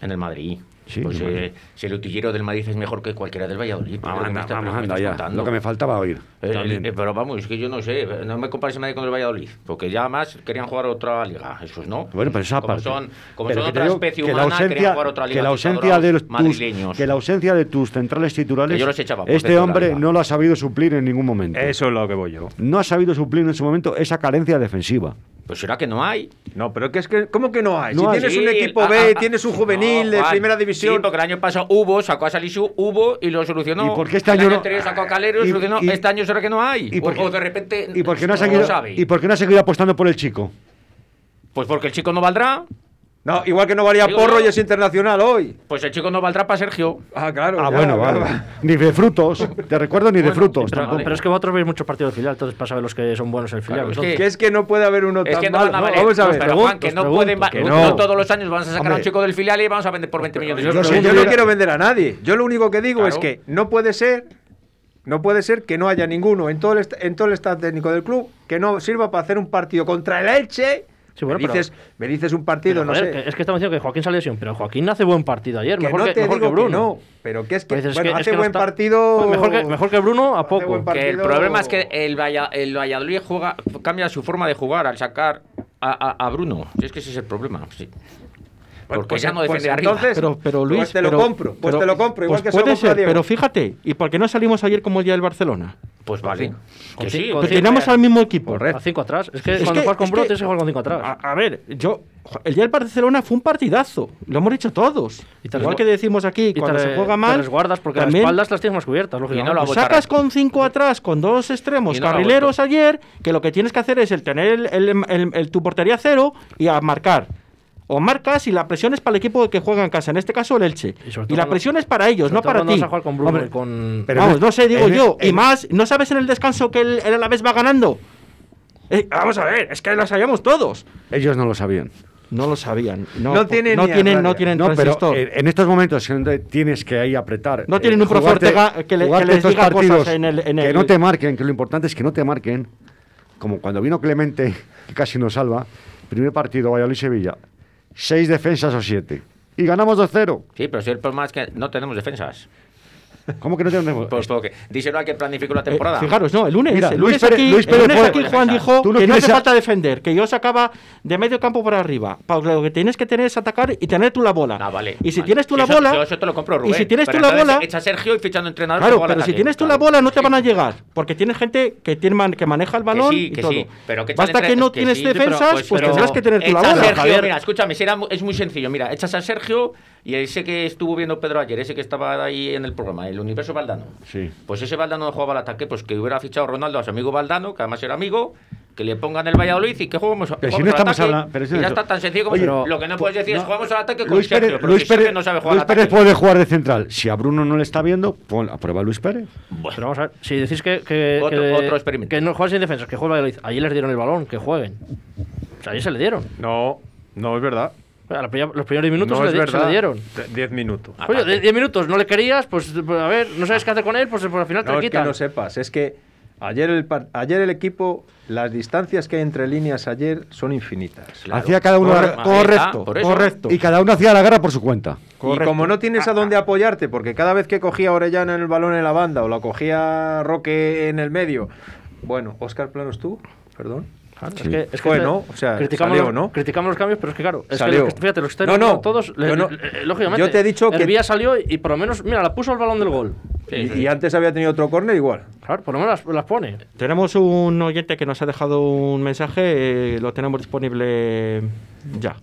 En el Madrid. pues bueno. eh, si el utillero del Madrid es mejor que cualquiera del Valladolid. Vamos, pero ¿qué me Ah, anda, está- pero qué vamos, me anda estás ya. contando? Lo que me faltaba oír. Eh, También. eh, pero vamos, es que yo no sé, no me compares a nadie con el Valladolid, porque ya más querían jugar otra liga, esos no. Bueno, pero esa como parte. son, como Pero son que te otra digo especie que la humana, querían ausencia, jugar otra liga. que mis la ausencia adorados de los tus- madrileños. que la ausencia de tus centrales titulares, Que yo los echaba por dentro este de la hombre liga. no lo ha sabido suplir en ningún momento. Eso es lo que voy yo. No ha sabido suplir en su momento esa carencia defensiva. Pues será que no hay. No, pero que es que, ¿cómo que no hay? No si hay. tienes Sí, un equipo ah, B, ah, tienes un no, juvenil de Juan, primera Sí, división. porque el año pasado hubo, sacó a Salisu, hubo y lo solucionó. ¿Y por qué este el año año no- anterior sacó a Calero y, y- lo solucionó. y- este año será que no hay. y por O- qué- o, de repente. ¿Y por qué no ha lo seguido, sabe. y por qué no ha seguido apostando por el chico? Pues porque el chico no valdrá. No, igual que no valía Digo, porro no. y es internacional hoy. Pues el chico no valdrá para Sergio. Ah, claro. Ah, ya, bueno, claro. vale. Ni de frutos, te recuerdo ni de frutos. Pero, tampoco. pero es que vosotros veis muchos partidos del filial, entonces para saber los que son buenos en el filial. Claro, Pues es entonces- Que es que no puede haber uno tan Es que no malo. van a valer. No, vamos a No, ver. pero, Juan, que no pregunto, pueden va- que no. no. todos los años vamos a sacar a un Hombre. chico del filial y vamos a vender por 20 millones de Yo, euros. yo no quiero vender a nadie. Yo lo único que digo Claro. es que no puede ser, no puede ser que no haya ninguno en todo el, est- en todo el estado técnico del club que no sirva para hacer un partido contra el Elche. bueno, me, pero- dices, me dices un partido, Pero, no joder, sé. que- es que estamos diciendo que Joaquín sale lesión, pero Joaquín hace buen partido ayer, Que mejor no que, te mejor que digo que Bruno. no, pero que es que, Pues dices, bueno, es que- es hace que no buen está- partido. Pues mejor, que, mejor que Bruno, a poco. buen Que el partido- problema es que el, Valla- el Valladolid juega, cambia su forma de jugar al sacar a, a- a Bruno. Si es que ese es el problema. sí. Porque pues ya no pues defiende arriba. entonces, Pero, pero Luis, pues te lo pero- compro, pues pero- te lo compro, igual pues que se lo puede compro a ser, Diego. pero fíjate, ¿y por qué no salimos ayer como el día del Barcelona? Pues vale. Que sí, Que tenemos al mismo equipo. A 5 atrás. Es que Es cuando que- juegas con es Bruno que- tienes que jugar con 5 atrás. A, a ver, yo jo, el día del Barcelona fue un partidazo, lo hemos dicho todos. te Igual resgu- que decimos aquí, Y cuando te- se juega te mal, resguardas porque las también- espaldas las tienes más cubiertas, Y lógicamente. Pues lo sacas con cinco atrás, con dos extremos Y no la carrileros ayer, que lo que tienes que hacer es el tener el, el- el- el- tu portería cero y a marcar. O marcas y la presión es para el equipo que juega en casa, en este caso el Elche. sobre Y, todo la cuando- presión es para ellos, sobre no todo para cuando ti. vas a jugar con Bruno Hombre, y con- pero vamos, no sé, digo en- yo. y en- más, ¿no sabes en el descanso que el, el Alavés va ganando? Eh, vamos a ver, es que lo sabíamos todos. Ellos no lo sabían. No lo sabían. No, No tienen no ni a tienen, no raya. tienen No, pero transistor. eh, en, en estos momentos donde tienes que ahí apretar. eh, No tienen un profe jugarte- Ortega que le- que jugarte les estos diga cosas partidos en el- en Que el- no te marquen, que lo importante es que no te marquen. Como cuando vino Clemente, que casi nos salva. Primer partido, Valladolid-Sevilla. Seis defensas o siete. Y ganamos 2-0. Sí, pero si el problema es que no tenemos defensas. ¿Cómo que no tenemos? Pues porque díselo a que planificó la temporada. Eh, fijaros, no, el lunes, Mira, el lunes Luis Pérez- aquí, Luis el Pérez lunes fue- aquí Juan dijo Tú no que no quieres hace a- falta defender, que yo sacaba de medio campo para arriba. Pa- Lo que tienes que tener es atacar y tener tú la bola. Ah, vale. Y si vale. tienes tú la Eso- bola, yo eso te lo compro, Rubén. y si tienes Pero tú la entonces bola, Echa a Sergio y ficha a un entrenador. que claro, juega al pero si ataque. tienes tú la Claro. bola no te van a llegar, porque tienes gente que tiene man- que maneja el balón sí, y que todo. sí, pero que Basta echan que no entre- que tienes sí, pero- defensas, pues, pero- tendrás que tener tú la Echa a bola. Sergio, Javier. mira, escúchame, si era mu- es muy sencillo. Mira, echas a Sergio y ese que estuvo viendo Pedro ayer, ese que estaba ahí en el programa, el universo Valdano. Sí. Pues ese Valdano no jugaba al ataque, pues que hubiera fichado Ronaldo a su amigo Valdano, que además era amigo, que le pongan el Valladolid y que juguemos, Pero si jugamos no al estamos ataque. hablando- pero si y no ya esto- está tan sencillo como Oye, eso. lo que no puedes decir es jugamos al ataque con Luis Sergio, Pérez, pero Luis si Sergio Pérez- no sabe jugar Luis al Pérez ataque. puede jugar de central. Si a Bruno no le está viendo, pon a prueba a Luis Pérez. Pero vamos a ver, si decís que, que, Otro- que- otro experimento. que no juegan sin defensas, que juega el Valladolid, ayer les dieron el balón, que jueguen. O sea, ayer se le dieron. No, no es verdad. A la primera- los primeros 10 minutos no se, es le, se verdad. le dieron. Te- Diez minutos. Oye, de- 10 Ah, minutos, no le querías, pues pues, a ver, no sabes qué hacer con él, pues, pues al final te No lo es que quitan. no sepas, es que ayer el, par- ayer el equipo, las distancias que hay entre líneas ayer son infinitas. Hacía cada uno la- Ah, correcto, correcto. Y cada uno hacía la guerra por su cuenta. Y como no tienes a dónde apoyarte, porque cada vez que cogía Orellana el balón en la banda o la cogía Roque en el medio, bueno, Oscar Planos tú, perdón. Ah, Claro, Es que, es que Bueno, o sea, criticamos, salió, los- ¿no? criticamos los cambios, pero es que claro, es Salió. que los que- fíjate, los que No, están no, todos, le- yo no- le- lógicamente, yo te he dicho que- Hervía salió y por lo menos, mira, la puso al balón del gol. Y, y antes había tenido otro córner igual. Claro, por lo menos las, las pone. Tenemos un oyente que nos ha dejado un mensaje, eh, lo tenemos disponible ya,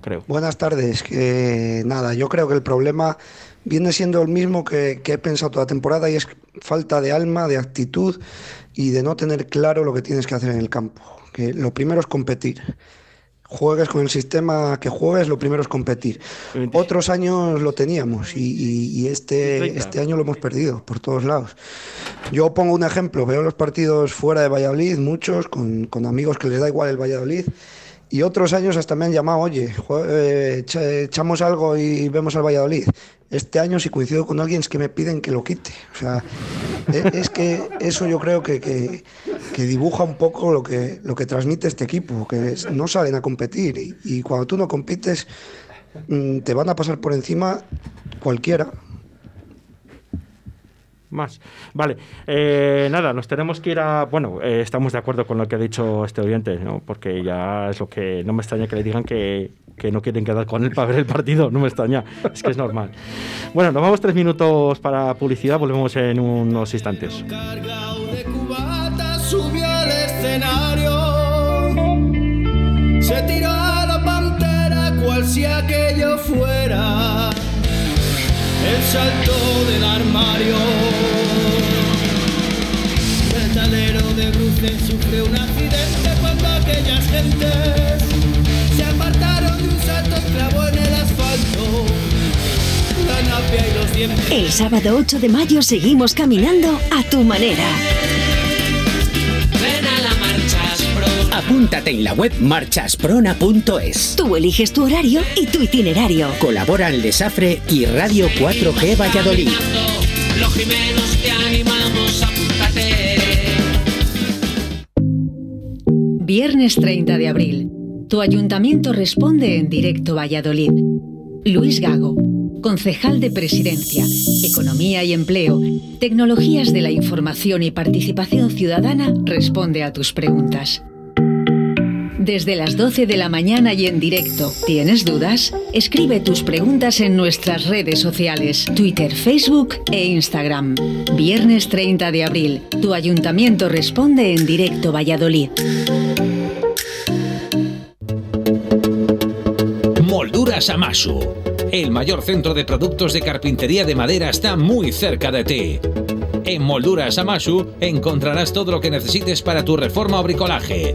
creo. Buenas tardes. Eh, nada, yo creo que el problema viene siendo el mismo que, que he pensado toda la temporada y es falta de alma, de actitud y de no tener claro lo que tienes que hacer en el campo. Que lo primero es competir. Juegues con el sistema que juegues, lo primero es competir. Otros años lo teníamos y, y- y este, este año lo hemos perdido por todos lados. Yo pongo un ejemplo, veo los partidos fuera de Valladolid, muchos, con, con amigos que les da igual el Valladolid, y otros años hasta me han llamado, oye, jue- eh, echa- echamos algo y vemos al Valladolid. Este año si coincido con alguien es que me piden que lo quite. O sea, e- es que eso yo creo que, que- que dibuja un poco lo que, lo que transmite este equipo, que es- no salen a competir y, y cuando tú no compites mm, te van a pasar por encima cualquiera. Más. Vale. Eh, nada, nos tenemos que ir a. Bueno, eh, estamos de acuerdo con lo que ha dicho este oyente, ¿no? Porque ya es lo que. No me extraña que le digan que, que no quieren quedar con él para ver el partido. No me extraña. Es que es normal. Bueno, nos vamos tres minutos para publicidad. Volvemos en unos instantes. Bata subió al escenario, se tiró a la pantera cual si aquello fuera el salto del armario. El talero de bruces sufre un accidente cuando aquellas gentes se apartaron de un salto, clavó en el asfalto la napia y los dientes. El sábado 8 de mayo seguimos caminando a tu manera. Ven a la marcha, Apúntate en la web marchasprona.es. Tú eliges tu horario y tu itinerario. Colaboran Lesafre y Radio 4G Valladolid. los Jimenos te animamos, apúntate. Viernes 30 de abril. Tu ayuntamiento responde en directo Valladolid. Luis Gago, concejal de Presidencia, Economía y Empleo, Tecnologías de la Información y Participación Ciudadana, responde a tus preguntas. Desde las 12 de la mañana y en directo. ¿Tienes dudas? Escribe tus preguntas en nuestras redes sociales, Twitter, Facebook e Instagram. Viernes 30 de abril. Tu ayuntamiento responde en directo Valladolid. Molduras Amasu. El mayor centro de productos de carpintería de madera está muy cerca de ti. En Molduras Amasu encontrarás todo lo que necesites para tu reforma o bricolaje.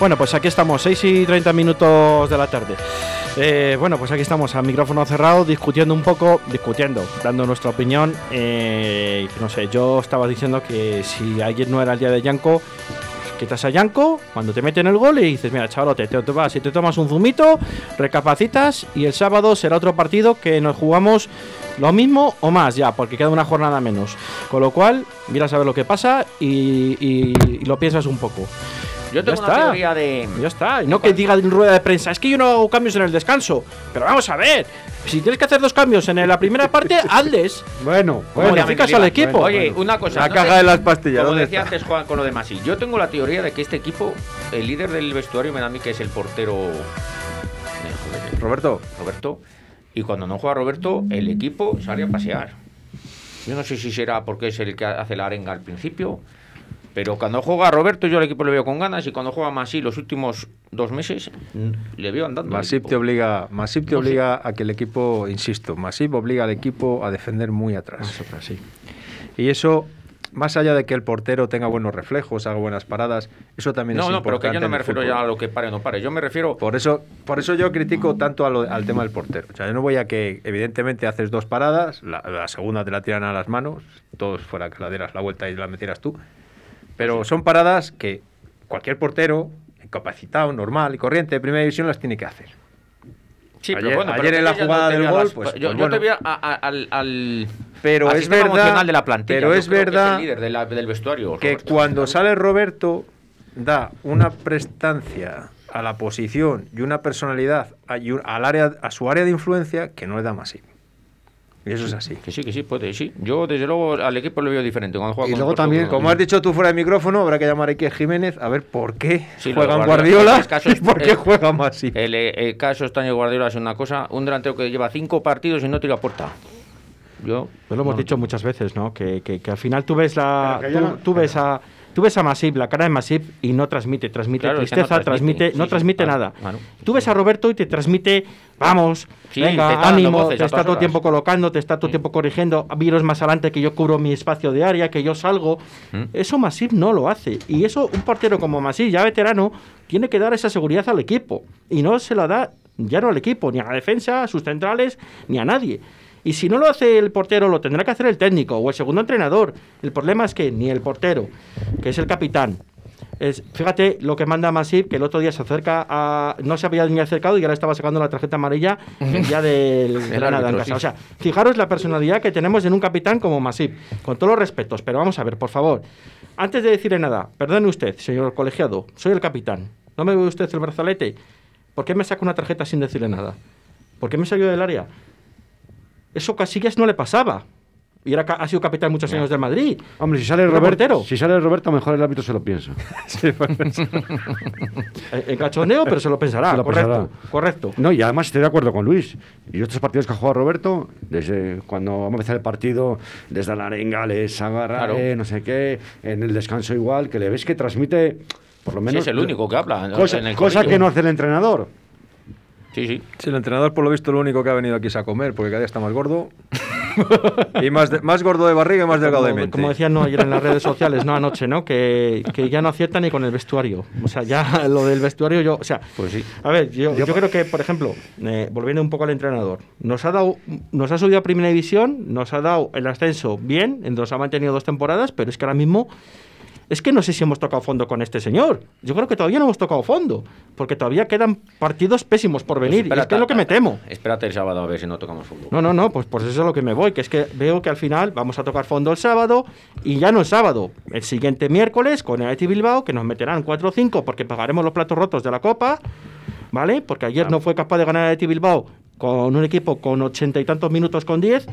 Bueno, pues aquí estamos, 6 y 30 minutos de la tarde. Eh, bueno, pues aquí estamos a micrófono cerrado, discutiendo un poco, discutiendo, dando nuestra opinión. Eh, no sé, yo estaba diciendo que si ayer no era el día de Yanko, pues quitas a Yanko, cuando te meten el gol y dices, mira, chavalote, te, te vas y te tomas un zumito, recapacitas y el sábado será otro partido que nos jugamos lo mismo o más ya, porque queda una jornada menos. Con lo cual, mira a saber lo que pasa y- y- y lo piensas un poco. Yo tengo ya una está. teoría de. Ya está. Y no que diga en rueda de prensa, es que yo no hago cambios en el descanso. Pero vamos a ver. Si tienes que hacer dos cambios en la primera (laughs) parte, hazles. Bueno, Modificas este al equipo. Oye, una cosa. La no caga sé- de las pastillas, Como ¿dónde decía está? antes Juan con lo de Masi, yo tengo la teoría de que este equipo, el líder del vestuario, me da a mí que es el portero. eh, joder, Roberto. Roberto. Y cuando no juega Roberto, el equipo sale a pasear. Yo no sé si será porque es el que hace la arenga al principio. Pero cuando juega Roberto, yo al equipo le veo con ganas. Y cuando juega Masi los últimos dos meses, le veo andando. al Masip equipo. te obliga, Masip te No sé. obliga a que el equipo, insisto, Masip obliga al equipo a defender muy atrás. Y eso, más allá de que el portero tenga buenos reflejos, haga buenas paradas, eso también No, es no, pero importante. que yo no en me el refiero fútbol. ya a lo que pare o no pare. Yo me refiero. Por eso, por eso yo critico tanto a lo- al tema del portero. O sea, yo no voy a que, evidentemente, haces dos paradas, la, la segunda te la tiran a las manos, todos fuera que la dieras la vuelta y la metieras tú. Pero son paradas que cualquier portero, capacitado, normal y corriente de primera división, las tiene que hacer. Sí, ayer, pero bueno, ayer pero en tú la ya no jugada del tenías gol, las- pues. yo, pues yo bueno. te veo a- a- al, al- Pero al es sistema verdad- emocional de la plantilla. pero Yo es creo que verdad el líder de la- del vestuario. que Roberto. cuando sale Roberto da una prestancia a la posición y una personalidad a, y un- al área, a su área de influencia que no le da más Y eso es así. Que sí, que sí, puede, sí. Yo desde luego al equipo lo veo diferente cuando juega con el propio Bruno. como has dicho tú fuera de micrófono, habrá que llamar aquí a Jiménez a ver por qué Sí, lo de juegan Guardiola, Guardiola, es caso- y por qué eh, juega más El, eh, el caso extraño de Guardiola es una cosa, un delantero que lleva cinco partidos y no tira a puerta. Yo Pues lo hemos no. dicho muchas veces, ¿no? Que, que- que al final tú ves la, Pero que tú, ya no- tú ves a tú ves a Masip, la cara de Masip y no transmite, transmite Claro, es que no tristeza, transmite, transmite, sí, no sí, transmite claro, nada. claro. Tú ves a Roberto y te transmite, vamos, Sí, te está venga, dando ánimo, voces te a está todas todo el horas. tiempo colocando, te está todo el tiempo corrigiendo, viros más adelante que yo cubro mi espacio de área, que yo salgo. Mm. Eso Masip no lo hace y eso un portero como Masip, ya veterano, tiene que dar esa seguridad al equipo y no se la da ya no al equipo, ni a la defensa, a sus centrales, ni a nadie. Y si no lo hace el portero, lo tendrá que hacer el técnico o el segundo entrenador. El problema es que ni el portero, que es el capitán, es, fíjate lo que manda Masip, que el otro día se acerca a. No se había ni acercado y ahora estaba sacando la tarjeta amarilla (laughs) el día del Granada en árbitro, casa. sí. O sea, fijaros la personalidad que tenemos en un capitán como Masip, con todos los respetos. Pero vamos a ver, por favor. Antes de decirle nada, perdone usted, señor colegiado, soy el capitán. ¿No me ve usted el brazalete? ¿Por qué me saca una tarjeta sin decirle nada? ¿Por qué me salió del área? Eso Casillas no le pasaba. Y era, ca- ha sido capitán muchos años del Madrid. Hombre, si sale Era Roberto, portero. si sale Roberto, mejor el árbitro se lo piensa. Eh, En cachondeo, pero se lo pensará. Se lo correcto, pensará. correcto. No, y además estoy de acuerdo con Luis. Y otros partidos que ha jugado Roberto, desde cuando vamos a empezar el partido, desde la arenga, les agarra, Claro. eh, no sé qué, en el descanso igual, que le ves que transmite, por lo Sí, menos. es el único que habla. en- Cosa, en el cosa corrillo. que no hace el entrenador. (laughs) Sí, sí. Sí, el entrenador, por lo visto, lo único que ha venido aquí es a comer, porque cada día está más gordo. y más, de- más gordo de barriga y más delgado de Como, mente. como decían ¿no? ayer en las redes sociales, no anoche, ¿no? Que, que ya no acierta ni con el vestuario. O sea, ya (laughs) lo del vestuario yo... O sea, Pues sí. a ver, yo, yo creo que, por ejemplo, eh, volviendo un poco al entrenador, nos ha dado, nos ha subido a primera división, nos ha dado el ascenso bien, nos ha mantenido dos temporadas, pero es que ahora mismo es que no sé si hemos tocado fondo con este señor. Yo creo que todavía no hemos tocado fondo, porque todavía quedan partidos pésimos Pues por venir. y es que es lo que me temo. Espérate el sábado a ver si no tocamos fútbol. No, no, no, pues por eso es a lo que me voy, que es que veo que al final vamos a tocar fondo el sábado y ya no el sábado, el siguiente miércoles con el Athletic Bilbao, que nos meterán 4 o 5 porque pagaremos los platos rotos de la Copa, ¿vale? Porque ayer no fue capaz de ganar el Athletic Bilbao con un equipo con ochenta y tantos minutos con 10.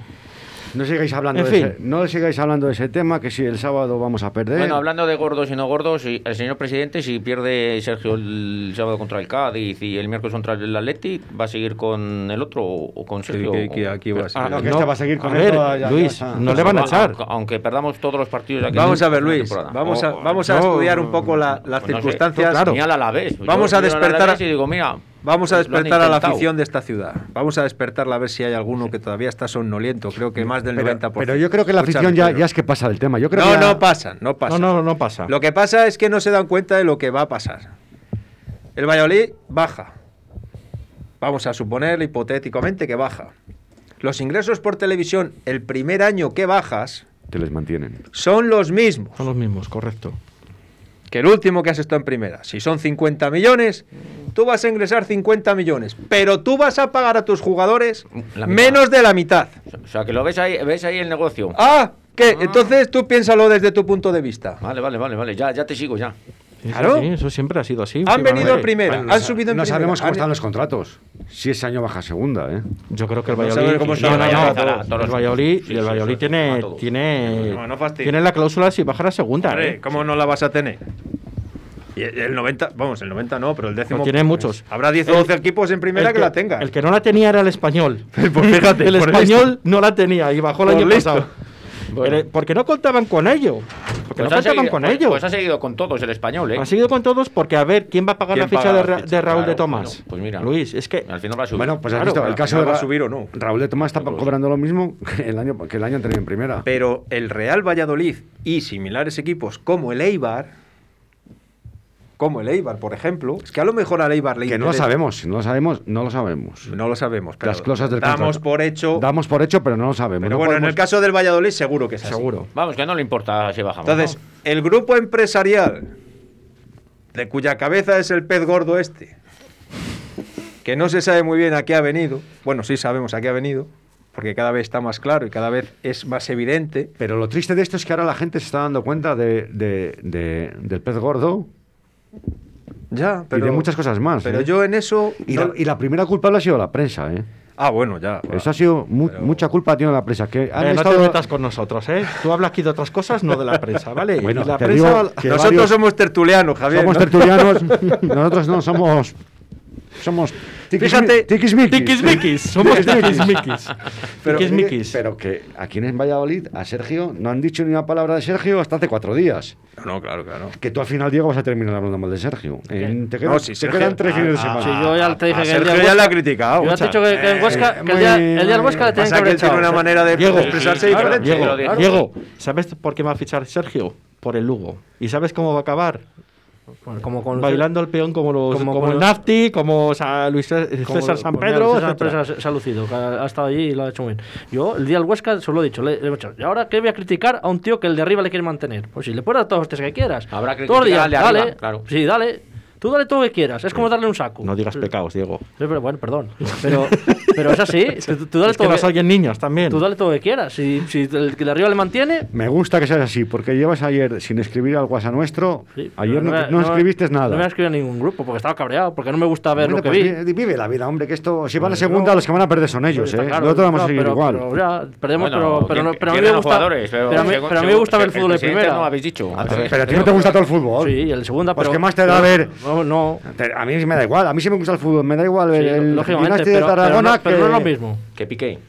No sigáis hablando, En de fin. ese, no sigáis hablando de ese tema, que si el sábado vamos a perder. Bueno, hablando de gordos y no gordos, y el señor presidente, si pierde Sergio el sábado contra el Cádiz y el miércoles contra el Atleti, ¿va a seguir con el otro o o con Sergio? que- que aquí va a seguir. Ah, no, que este va a seguir con ver, él toda- ya- ya Luis, está. no le van a echar. Aunque, aunque perdamos todos los partidos aquí Vamos en a ver, la Luis. temporada. Vamos a, O- vamos no, a estudiar un poco la- pues no las sé. circunstancias. Claro. Ni al Alavés. Yo Vamos a miro al despertar. Alavés y digo, mira, (laughs) Vamos a lo han despertar a la intentado. afición de esta ciudad. Vamos a despertarla a ver si hay alguno que todavía está somnoliento. Creo que más del pero, 90%. pero yo creo que la afición Escúchame, ya, Pedro. ya es que pasa del tema. Yo creo no, que ya- no pasan, no pasan. No, no, no pasa. Lo que pasa es que no se dan cuenta de lo que va a pasar. El Valladolid baja. Vamos a suponer hipotéticamente que baja. Los ingresos por televisión el primer año que bajas Te les mantienen. son los mismos Son los mismos, correcto. que el último que has estado en primera. Si son 50 millones, tú vas a ingresar 50 millones, pero tú vas a pagar a tus jugadores La mitad. menos de la mitad. O sea, que lo ves ahí, ves ahí el negocio. Ah, ¿qué? Entonces tú piénsalo desde tu punto de vista. Vale, vale, vale, vale. Ya, ya te sigo, ya. Claro. Pues eso siempre ha sido así. Han venido últimamente. en primera, Bueno, no han sa- subido en No primera. sabemos cómo han- están los contratos. Si ese año baja segunda, ¿eh? Yo creo que el No Valladolid. sabe cómo se no, llama, no, ya no, está, todos, todos. el Valladolid, y el Valladolid tiene, tiene, No, no fastidies. tiene la cláusula si baja la segunda. Hombre, ¿eh? ¿Cómo no la vas a tener? Y el- el 90, vamos, el 90 no, pero el décimo. Pues No Pues tiene muchos. Habrá 10 El- o 12 equipos en primera el que, la tengan. El que no la tenía era el español. Pues fíjate, el por español no la tenía y bajó el Por año listo. pasado. Pero- Porque no contaban con ello. Porque no ha contaban seguido- con pues- ello. Pues ha seguido con todos el español, ¿eh? Ha seguido con todos porque a ver quién va a pagar la ¿Quién ficha paga de, la Ra- ficha? de Raúl Claro, de Tomás. bueno, pues mira. Luis, es que. Al final va a subir. Bueno, pues has Claro, visto el claro, caso al de final va a Ra- subir o no. Raúl de Tomás está cobrando lo mismo que el año, que el año anterior en primera. Pero el Real Valladolid y similares equipos como el Eibar, como el Eibar, por ejemplo, es que a lo mejor al Eibar le Que no lo interesa. sabemos, si no lo sabemos, no lo sabemos. No lo sabemos, pero Las cosas del damos contrato. por hecho. Damos por hecho, pero no lo sabemos. Pero No bueno, en el podemos- caso del Valladolid seguro que es así. Seguro. Vamos, que no le importa si bajamos. Entonces, ¿no? el grupo empresarial, de cuya cabeza es el pez gordo este, que no se sabe muy bien a qué ha venido, bueno, sí sabemos a qué ha venido, porque cada vez está más claro y cada vez es más evidente. Pero lo triste de esto es que ahora la gente se está dando cuenta de, de- de- del pez gordo Ya, pero. y de muchas cosas más. Pero ¿eh? yo en eso. y, no- la, y la primera culpable ha sido la prensa, ¿eh? Ah, bueno, ya. Eso ha sido mu- mucha culpa tiene la prensa. Que han Eh, no estado- te metas con nosotros, ¿eh? Tú hablas aquí (laughs) de otras cosas, no de la (laughs) prensa, ¿vale? Bueno, Y la te prensa. digo que Nosotros varios- somos tertulianos, Javier. somos ¿no? tertulianos, nosotros no somos somos tiquismi- Fíjate- tiquismiquis. Tiquismiquis, somos tiquismiquis. Pero, eh, Tiquismiquis. pero que aquí en Valladolid a Sergio no han dicho ni una palabra de Sergio hasta hace cuatro días. (laughs) No, claro, claro. Que tú al final, Diego, vas a terminar hablando mal de Sergio. En- te quedan, No, si te Sergio- quedan tres fines de Ah, semana. sí, Yo ya te dije a que el Sergio día ya Huesca- le ha criticado. Yo te he dicho que, que en Huesca, que el día, el día del Huesca le tienen que Pasa haber que tiene echado. una manera de Diego, expresarse claro, diferente. Diego, Lo dijo. Diego, ¿sabes por qué va a fichar Sergio? Por el Lugo. ¿Y sabes cómo va a acabar? como con- Bailando al peón como los Como como, con- el Nafti, como Sa- Luis César, como- eh, César San como Pedro. César etcétera. Pedro se, se ha lucido, que ha, ha estado allí y lo ha hecho muy bien. Yo, el día del Huesca, se lo he dicho. le- le he dicho, ¿Y ahora qué voy a criticar a un tío que el de arriba le quiere mantener? Pues si le puedes dar todos los hostias que quieras. Habrá que Todos los criticar días, al de dale. arriba, claro. Sí, dale. Tú dale todo lo que quieras. Es como darle un saco. No digas pecados, Diego. Sí, pero bueno, perdón. Pero, pero es (laughs) así. Tú, tú dale Es que todo no lo que- alguien niños también. tú dale todo lo que quieras. Si, si el que de arriba le mantiene, Me gusta que seas así, porque llevas ayer sin escribir al WhatsApp nuestro. Sí, ayer pero no, me- no escribiste me- No me nada. escribí a ningún grupo porque estaba cabreado, porque no me gusta ver Bueno, lo que pues vi. vi- Vive la vida, hombre, que esto, si va a la Pero- segunda, los que van a perder son ellos, Pues Está ¿eh? claro, Nosotros vamos a claro, seguir pero- igual. pero ya, Bueno, perdemos, pero, pero, no- que- pero a mí me pierden los gusta. jugadores, pero pero a mí, según- pero a mí me según- gusta ver el fútbol de presidente primera. No lo habéis dicho. Ah, pero- pero a ti no te gusta todo el fútbol. Sí, y el segunda, Pues pero. qué más te da pero- ver- No, no. Te- A mí me da igual, a mí sí me gusta el fútbol, me da igual ver Sí, el lógicamente, Gimnástica de pero, pero Tarragona no, pero no es lo que- mismo. Que piqué.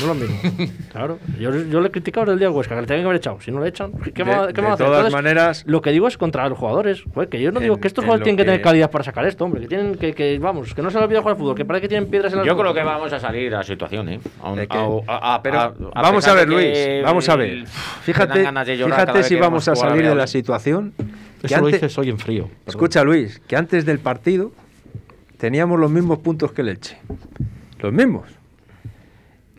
No es lo mismo. (laughs) claro. Yo, yo le he criticado el día al Huesca, que le tenían que haber echado. Si no le echan, pues, De- ¿qué va, qué van de a hacer? todas Entonces, maneras- Lo que digo es contra los jugadores. Joder, que yo no digo En- que estos en jugadores lo tienen que, tener que- calidad para sacar esto, hombre. Que tienen que, que vamos, que no se les olvida jugar al fútbol, que parece que tienen piedras en las Yo manos. creo que vamos a salir a situación, ¿eh? A un- ¿De qué? a- a- a- Pero a- a vamos pesar a ver, de que, eh, Luis, vamos a ver. pff, me Fíjate, dan ganas de llorar cada fíjate vez si que vamos a vemos jugar salir de la Valladolid. situación. que Eso lo antes- dices hoy en frío. perdón. Escucha, Luis, que antes del partido teníamos los mismos puntos que Leche. Los mismos.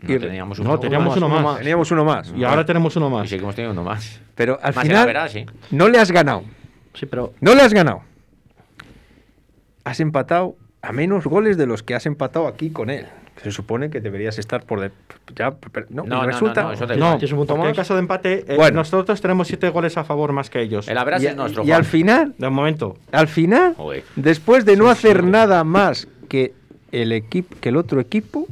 No, teníamos uno No, más. teníamos uno más. Teníamos uno más. Y ahora tenemos uno más. Y seguimos teniendo uno más. Pero al Más era final verás, ¿eh? no le has ganado. Sí, pero No le has ganado. Has empatado a menos goles de los que has empatado aquí con él. Se supone que deberías estar por de, ya pero no, y No, no, resulta no, no, eso da No, igual. porque en caso de empate, eh, Bueno. nosotros tenemos siete goles a favor más que ellos. El abrazo y, es nuestro. y al Juan. final, De momento. al final, Joder. después de no hacer nada más que el equipo, que el otro equipo,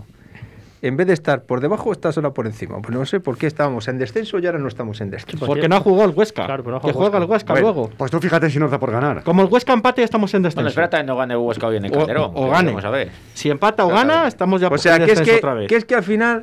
en vez de estar por debajo, estás ahora por encima. Pues no sé por qué estábamos en descenso y ahora no estamos en descenso. Porque no ha jugado el Huesca. Pues Claro, pero no ha que jugado juega el Huesca Bueno, luego. Pues tú fíjate si nos da por ganar. Como el Huesca empate, ya estamos en Bueno, descenso. espera que no gane Huesca hoy en el O- Calderón. o que gane. veremos a ver. si empata o Espérate, a gana, ver. estamos ya O en sea, que es descenso que, otra vez. que es que al final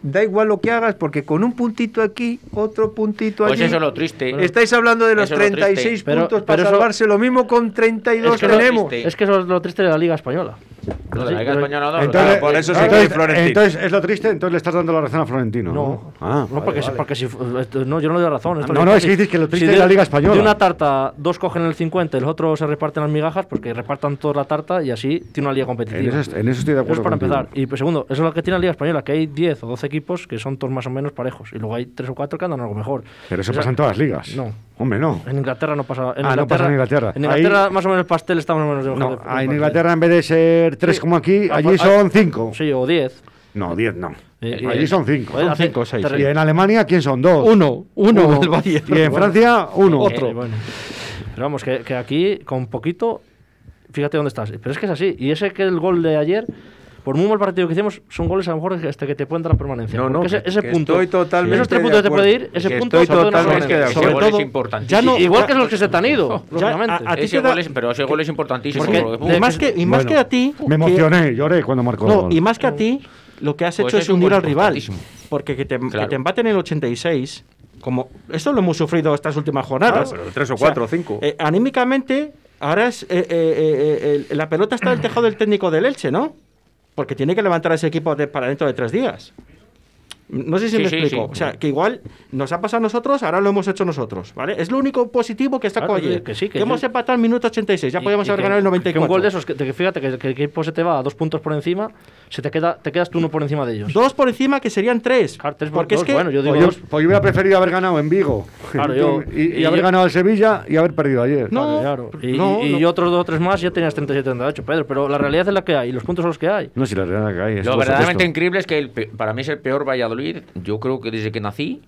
da igual lo que hagas, porque con un puntito aquí, otro puntito allí. Pues eso es lo triste. Estáis hablando de los Eso es lo triste. 36 Pero- puntos para pero eso- salvarse, lo mismo con 32 Es que lo tenemos. triste. es que eso es lo triste de la Liga Española. No, de Sí, la Liga pero- Española no. Entonces, claro, por eso se entonces, cree Florentino. entonces es lo triste, entonces le estás dando la razón a Florentino. No, Ah, no, porque, si- porque si, esto- no, yo Ah, no le doy razón. esto no, le- no, es si- que dices que lo triste de- es la Liga Española. De una tarta, dos cogen el 50 y los otros se reparten las migajas porque repartan toda la tarta y así tiene una liga competitiva. En eso est- en eso estoy de Eso es acuerdo para contigo. empezar. Y pues, segundo, eso es lo que tiene la Liga Española, que hay 10 o 12 equipos que son todos más o menos parejos. Y luego hay 3 o 4 que andan algo mejor. Pero eso O sea, pasa en todas las ligas. No. Hombre, no. En Inglaterra no pasa. En Ah, Inglaterra, no pasa en Inglaterra. En Inglaterra, Ahí- más o menos el pastel está más o menos de No, de- de- ah, en Inglaterra en vez de ser tres Sí. como aquí, Ah, allí pues, son cinco. Sí, o 10. No, diez no. Eh, allí eh, son cinco. joder, hace- cinco o seis, te Y re- en Alemania, ¿quién son dos? Uno, uno, Uno. el Bayern. Y en Francia, uno. Eh, bueno. Pero vamos, que, que aquí con poquito, fíjate dónde estás. Pero es que es así. Y ese que el gol de ayer, por muy mal partido que hicimos, son goles a lo mejor hasta que te pueden dar la permanencia. No, no, Porque ese, que- ese que punto, estoy totalmente esos tres de puntos que te acuerdo. puede ir, ese Que punto estoy sobre todo no totalmente se de vale. acuerdo. Sobre Ese gol es todo, importantísimo. ya no- igual (laughs) que Ya- los que se te han ido, lógicamente. ese gol es, pero ese gol es importantísimo. Porque porque- de más que- y más que a ti, Me que- emocioné, lloré cuando marcó el No, gol. y más que a ti, lo que has Pues hecho es es un hundir gol al rival. importantísimo. Porque que te, que Claro. te empaten en el 86, como esto lo hemos sufrido estas últimas jornadas. Claro, pero tres o cuatro, cinco. eh, anímicamente, ahora es eh, eh, eh, eh, la pelota está del tejado del técnico del Elche, ¿no? Porque tiene que levantar a ese equipo de- para dentro de tres días. No sé si Sí, me sí, explico. sí. O sea, que igual nos ha pasado a nosotros, ahora lo hemos hecho nosotros, ¿vale? Es lo único positivo que está Claro, ayer. Ah, que sí, que hemos yo- empatado el minuto 86, ya podíamos y haber que- ganado el que 94. un gol de esos, que, que fíjate que, que el equipo se te va a dos puntos por encima, se te, queda, te quedas tú uno por encima de ellos. Dos por encima que serían tres. tres por Porque es dos, que bueno, yo digo Pues yo, dos. pues yo hubiera preferido haber ganado en Vigo. Claro, yo- y, (laughs) y y haber yo- ganado al Sevilla y haber perdido ayer. No, Y, No, y- y no. otros dos o tres más ya tenías 37-38, Pedro. Pero la realidad es la que hay, y los puntos son los que hay. No, si la realidad que Eh, hay es Lo por verdaderamente supuesto. increíble es que el pe- para mí es el peor Valladolid. Yo creo que desde que nací.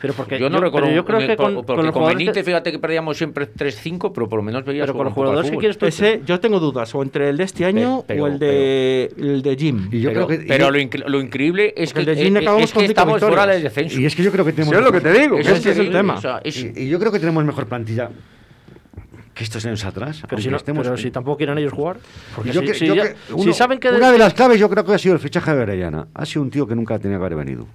Pero porque yo no yo- recuerdo. pero yo creo me- que con- por- con porque los con jugadores Benítez, que- fíjate que perdíamos siempre 3-5, pero por lo menos veías Pero con un los poco al jugadores que fútbol. quieres tú- Ese, yo tengo dudas, o entre el de este año Pe- pero- o el de, el de Jim. pero pero (laughs) lo, inc- lo increíble es que, Porque el de eh, Gine eh, acabamos es que con cinco estamos fuera victorias. del descenso. Y es que yo creo que tenemos. Sí, es lo que te digo, Es que es ese es el terrible, tema. o sea, es- Y, y yo creo que tenemos mejor plantilla que estos años atrás. Pero si, aunque no- estemos- pero si tampoco quieren ellos jugar. Porque Yo si, que- si yo ya- que- si uno- saben que. una de las claves yo creo que ha sido el fichaje de Orellana. Ha sido un tío que nunca tenía que haber venido.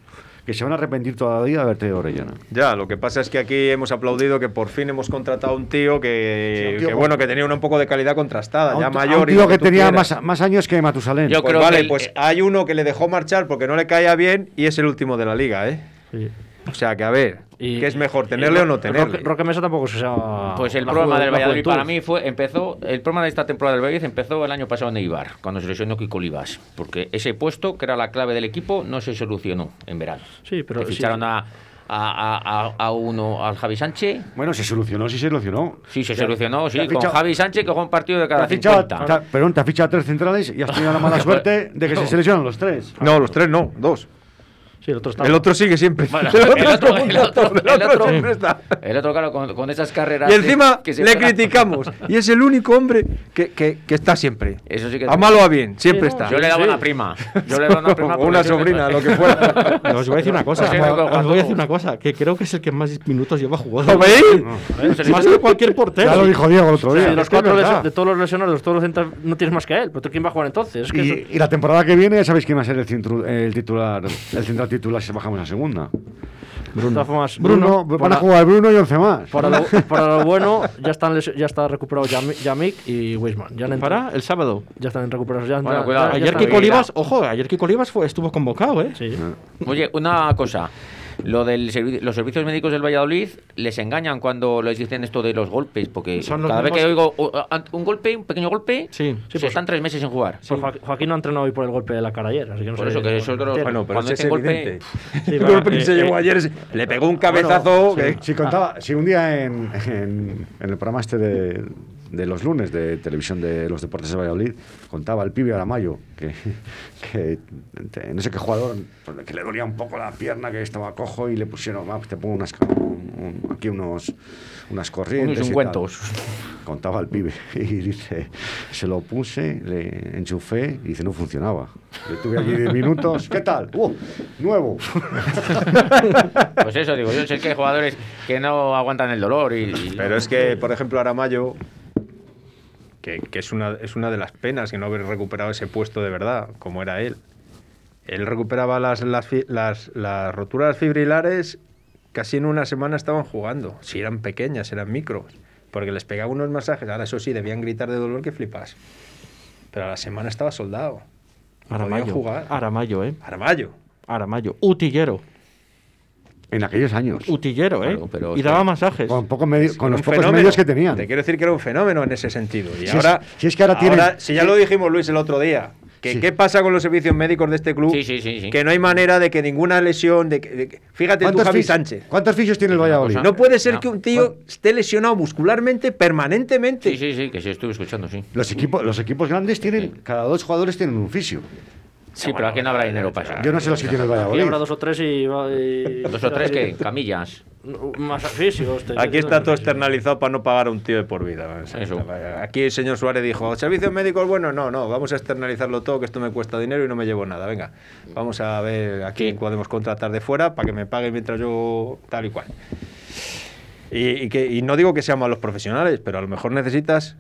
Que se van a arrepentir todavía de haber traído a Orellana. Ya, lo que pasa es que aquí hemos aplaudido que por fin hemos contratado a un tío que, un tío que, con- bueno, que tenía un poco de calidad contrastada, A un, ya a un mayor. y tío lo que tú tenía quieras. más, más años que Matusalén. Pues vale, pues hay uno que le dejó marchar porque no le caía bien y es el último de la liga, ¿eh? O sea que a ver, ¿qué es mejor, tenerle o no tenerle? Roque, Roque Mesa tampoco es que sea. Pues el la problema ju- del la Valladolid juventud. para mí fue empezó el problema de esta temporada del Valladolid empezó el año pasado en Eibar cuando se lesionó Kiko Olivas porque ese puesto que era la clave del equipo no se solucionó en verano. Sí, pero Que sí. ficharon a, a- a- a- a uno al Javi Sánchez. Bueno, se solucionó, sí se solucionó. Sí, se Te- solucionó, sí, te ha con fichado- Javi Sánchez que juega un partido de cada te ha fichado- 50. te ha- perdón, te ha fichado tres centrales y has tenido (laughs) la mala suerte de que se seleccionan los tres. No, los tres no, dos. Sí, el otro está. El otro sigue siempre. (laughs) (laughs) Bueno, El otro el otro, es un el otro, montón, el el otro otro, siempre está. el otro, claro, con, con esas carreras. Y de- encima que se le pegan. criticamos. Y es el único hombre que, que- que está siempre. Eso sí que A malo o a bien, siempre está. Yo le daba Sí. una prima. Yo le daba (laughs) una prima. O porque una siempre- sobrina, lo que (laughs) fuera. Os voy a decir una cosa, Sí, no, os voy a decir una cosa, que creo que es el que más minutos lleva jugado. Más que cualquier portero. Ya lo dijo Diego el otro O sea, día. de, los Es que es cuatro verdad. lesio- de todos los lesionados, de todos los centros, no tienes más que a él. ¿Pero tú quién va a jugar entonces? Es que eso- Y, y la temporada que viene ya sabéis quién va a ser el, cintru- el titular, el central titular si bajamos a segunda. De todas formas, Bruno, Bruno, van a para- jugar Bruno y once más. (laughs) Para lo, para lo bueno, ya están les- ya está recuperado Yami- Yamik y Weisman. Ya han ¿Para? entrado. ¿El sábado? Ya están recuperados. Ya han- Bueno, ya- cuidado. ya Ayer están- Kiko Olivas, ojo, ayer Kiko Olivas fue, estuvo convocado, ¿eh? Sí. Oye, una cosa. Lo del servi- los servicios médicos del Valladolid les engañan cuando les dicen esto de los golpes, porque Son los cada vez que mismos- oigo o- a- un golpe, un pequeño golpe, se pues están tres meses sin jugar. Pues Joaqu- Joaquín no ha entrenado hoy por el golpe de la cara ayer. Así que no Por sé- eso que eso es de los- Entiendo. Bueno, pero Cuando ese es dicen golpe- evidente. Sí, El bueno, golpe que se eh, llevó eh, ayer es- le pegó un cabezazo Bueno, que- sí, sí, contaba, sí, un día en, en- en el programa este de, de los lunes de televisión de los deportes de Valladolid, contaba el pibe Aramayo que, (laughs) que te- no sé qué jugador, que le dolía un poco la pierna, que estaba cojo y le pusieron, vamos, te pongo unas, ca- un- un- aquí unos, unas corrientes. Unos y ungüentos. tal. Contaba el pibe (laughs) y dice, se lo puse, le enchufé y dice, no funcionaba. Le tuve aquí (laughs) 10 minutos, ¿qué tal? ¡Uh! ¡Nuevo! Pues eso, digo, yo sé que hay jugadores que no aguantan el dolor. Y, y- Pero es que, por ejemplo, Aramayo, que, que es, una, es una de las penas que no haber recuperado ese puesto de verdad, como era él. Él recuperaba las, las, fi- las- las roturas fibrilares, casi en una semana estaban jugando. Si eran pequeñas, eran micros. Porque les pegaba unos masajes. Ahora, eso sí, debían gritar de dolor que flipas. Pero a la semana estaba soldado. Aramayo. Podían jugar. Aramayo, ¿eh? Aramayo. Aramayo. Utillero. En aquellos años. Utillero, ¿eh? Claro, pero y es daba que- masajes. Con, poco medio- con Era los un pocos fenómeno. medios que tenían. Te quiero decir que era un fenómeno en ese sentido. Y Si es- ahora, si es que ahora tienes- eh, si ya lo dijimos Luis el otro día, que qué pasa con los servicios médicos de este club, que no hay manera de que ninguna lesión, de que- de que- fíjate tú ¿Cuántos Javi fis- Sánchez. ¿Cuántos fichos tiene el Valladolid? No puede ser que un tío esté lesionado muscularmente permanentemente. Sí, sí, sí, que sí, estuve escuchando, sí. Los equipos, los equipos grandes tienen, cada dos jugadores tienen un fisio. Sí, pero aquí no habrá dinero para eso. Yo no sé los que tiene el Aquí Valladolid. eh, habrá dos o tres y... va- y- Dos o (laughs) tres que camillas. No, Más sí, sí, hostia. Aquí está todo externalizado para no pagar a un tío de por vida. Vamos, Aquí el señor Suárez dijo, servicios médicos, bueno, no, no, vamos a externalizarlo todo, que esto me cuesta dinero y no me llevo nada. Venga, vamos a ver a quién podemos contratar de fuera para que me paguen mientras yo tal y cual. Y, y que, y no digo que sean malos profesionales, pero a lo mejor necesitas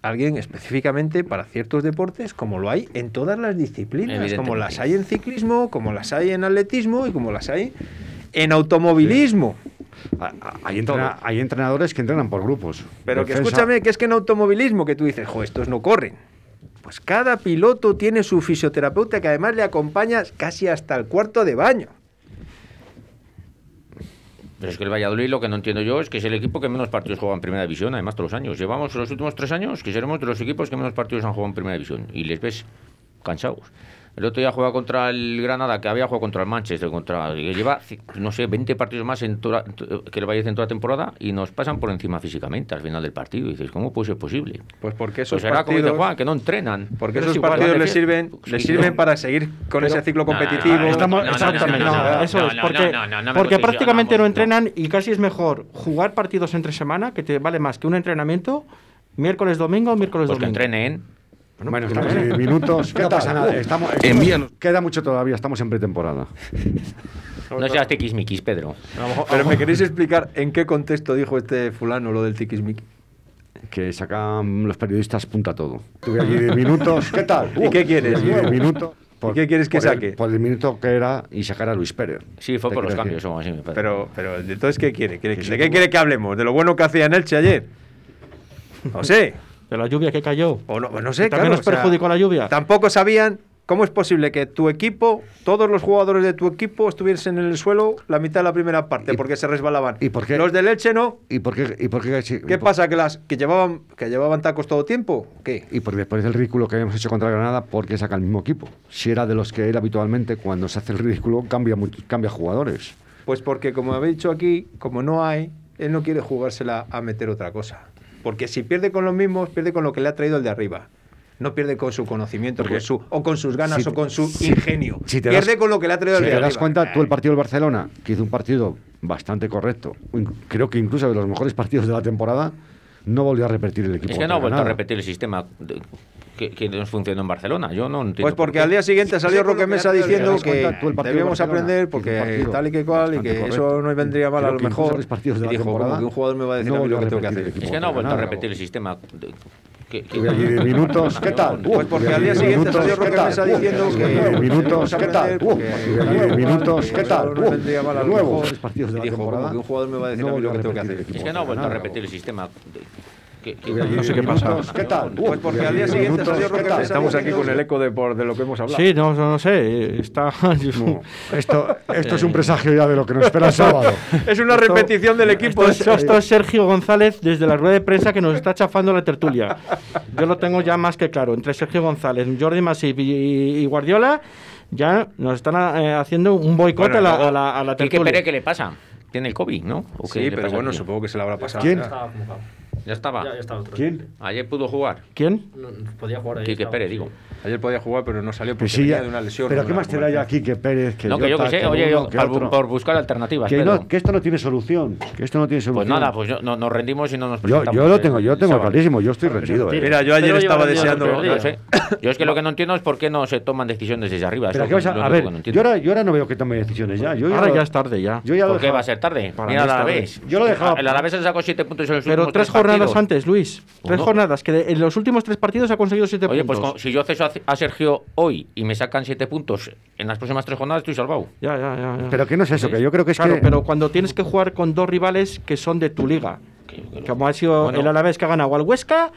alguien específicamente para ciertos deportes, como lo hay en todas las disciplinas, como Evidentemente. las hay en ciclismo, como las hay en atletismo y como las hay en automovilismo. Hay, entrena- hay entrenadores que entrenan por grupos. Pero que Defensa- escúchame, que es que en automovilismo que tú dices, jo, estos no corren. Pues cada piloto tiene su fisioterapeuta que además le acompaña casi hasta el cuarto de baño. Pero es que el Valladolid lo que no entiendo yo es que es el equipo que menos partidos juega en primera división, además todos los años. Llevamos los últimos tres años que seremos de los equipos que menos partidos han jugado en primera división. Y les ves cansados. El otro día jugaba contra el Granada, que había jugado contra el Manchester, contra que lleva, c- no sé, 20 partidos más en toda- que el Valladolid en toda la temporada y nos pasan por encima físicamente al final del partido. Y dices, ¿cómo puede ser posible? Pues porque esos Pues será como dice partidos- Juan, que no entrenan. Porque Pero esos es igual, partidos ¿vale? les sirven, Sí, les no. sirven para seguir con ese ciclo competitivo. Estamos- exactamente. Eso es, porque, porque prácticamente no entrenan y casi es mejor jugar partidos entre semana, que te vale más que un entrenamiento, miércoles, domingo, miércoles, Pues que domingo. entrenen. Bueno, estamos en minutos. ¿Qué No pasa tal? nada. Estamos, Envíanos. Queda mucho todavía, estamos en pretemporada. No seas tiquismiquis, Pedro. Pero me queréis explicar en qué contexto dijo este fulano lo del tiquismiqui. Que sacan los periodistas punta todo. Tuve allí de minutos. ¿Qué tal? ¿Y qué quieres? Estuve allí de minutos. ¿Y qué quieres que por el- saque? por el minuto que era y sacar a Luis Pérez. Sí, fue Te por los quiero cambios, decir. o así me parece. Pero, pero entonces, ¿qué quiere? ¿Quiere- Que sí, ¿De que qué quiere que hablemos? ¿De lo bueno que hacía en Elche ayer? No sé. De la lluvia que cayó. O no, pues no sé, Que también claro, nos perjudicó la lluvia. Tampoco sabían cómo es posible que tu equipo, todos los jugadores de tu equipo, estuviesen en el suelo la mitad de la primera parte porque se resbalaban. ¿Y por qué? Los del Elche no. ¿Y por qué? ¿Y por qué, ¿Qué pasa? ¿Que, las, que, llevaban, ¿Que llevaban tacos todo tiempo? ¿Qué? Y por, después del ridículo que habíamos hecho contra Granada, ¿por qué saca el mismo equipo? Si era de los que él habitualmente, cuando se hace el ridículo, cambia, mucho- cambia jugadores. Pues porque, como habéis dicho aquí, como no hay, él no quiere jugársela a meter otra cosa. Porque si pierde con los mismos, pierde con lo que le ha traído el de arriba. No pierde con su conocimiento, con su, o con sus ganas, si- o con su si- ingenio. si te das- pierde con lo que le ha traído Si el de te arriba. das cuenta, tú el partido del Barcelona, que hizo un partido bastante correcto, in- creo que incluso de los mejores partidos de la temporada, no volvió a repetir el equipo. Es que no ha contra vuelto a Granada. repetir el sistema de- que, que nos funcionó en Barcelona. Yo no entiendo. Pues por porque qué. al día siguiente salió Roque Mesa diciendo que debíamos aprender hizo un porque partido tal y que cual y bastante que eso correcto. no vendría mal a Creo lo que incluso mejor. los partidos de Y la dijo, temporada como que un jugador me va a decir no a mí lo que volvió tengo a que repetir el hacer. equipo. Es que no ha vuelto a Nada. repetir el sistema. de- que- que- Estuve allí (laughs) de minutos, ¿qué tal? Pues porque al día siguiente salió Roque Mesa diciendo que minutos, ¿qué tal? debemos aprender Estuve allí de minutos, ¿qué tal? No vendría mal a lo Nuevos mejor. partidos de Y la dijo, como temporada. que un jugador me va a decir no a mí lo volvió que a tengo que repetir hacer. el Es equipo que no ha vuelto a contra repetir el sistema. de- que- que- que- Nada. Estuve allí de minutos, ¿Qué tal? Pues porque al día siguiente salió Roque Mesa Estamos aquí con el eco de, por, de lo que hemos hablado. Sí, no, no sé. Está. (laughs) Eh, Esto, esto Eh. es un presagio ya de lo que nos (laughs) espera el (laughs) sábado. Es una Esto- repetición del equipo. eh. Esto es, esto es Sergio González desde la rueda de prensa que nos está chafando la tertulia. Yo lo tengo ya más que claro. Entre Sergio González, Jordi Masip y, y Guardiola, ya nos están eh, haciendo un boicot Bueno, a, la, luego, a la- a la Quique tertulia. Pérez, ¿qué le pasa? Tiene el COVID, ¿no? ¿O qué Sí, le pero pasa bueno, al tío? supongo que se la habrá pasado. ¿Quién? Estaba convocado. Ya estaba. Ya, ya estaba otro. ¿Quién? Ayer pudo jugar. ¿Quién? No, no podía jugar ahí. Quique estaba, Pérez, sí. digo. Ayer podía jugar, pero no salió porque Pues sí, venía ya- de una lesión. pero ¿no? ¿qué más te da ya aquí que Pérez? Que No, que yo Jota, que sé. Oye, yo, uno, que por, otro? por buscar alternativas. que, Pedro. no, que esto no tiene solución. Que esto no tiene pues solución. nada, pues yo- no, nos rendimos y no nos Pues Yo, presentamos. yo lo eh, tengo, yo el tengo sábado. clarísimo, yo estoy rendido. eh. Mira, yo ayer Pero estaba llevarán ya deseando. ¿eh? otro día. No sé. Yo es que lo que no entiendo es por qué no se toman decisiones desde arriba. Pero Eso ¿qué vas a, es lo a único ver, que no entiendo. yo, ahora, yo ahora no veo que tome decisiones ya. Yo Ahora ya es tarde ya. Yo ya lo ¿Por qué dejaba- va a ser tarde? Para Mira el mí es tarde. Alavés. Yo lo dejaba- El Alavés le sacó 7 puntos en los Pero últimos tres tres jornadas partidos. antes, Luis. Tres no. jornadas, que de- en los últimos tres partidos ha conseguido siete Oye, pues puntos. con- si yo ceso a- a Sergio hoy y me sacan 7 puntos en las próximas tres jornadas, estoy salvado. Ya, ya, ya, ya. Pero que no es eso, que yo creo que es claro, que. pero cuando tienes que jugar con dos rivales que son de tu liga, como ha sido Bueno. el Alavés que ha ganado al Huesca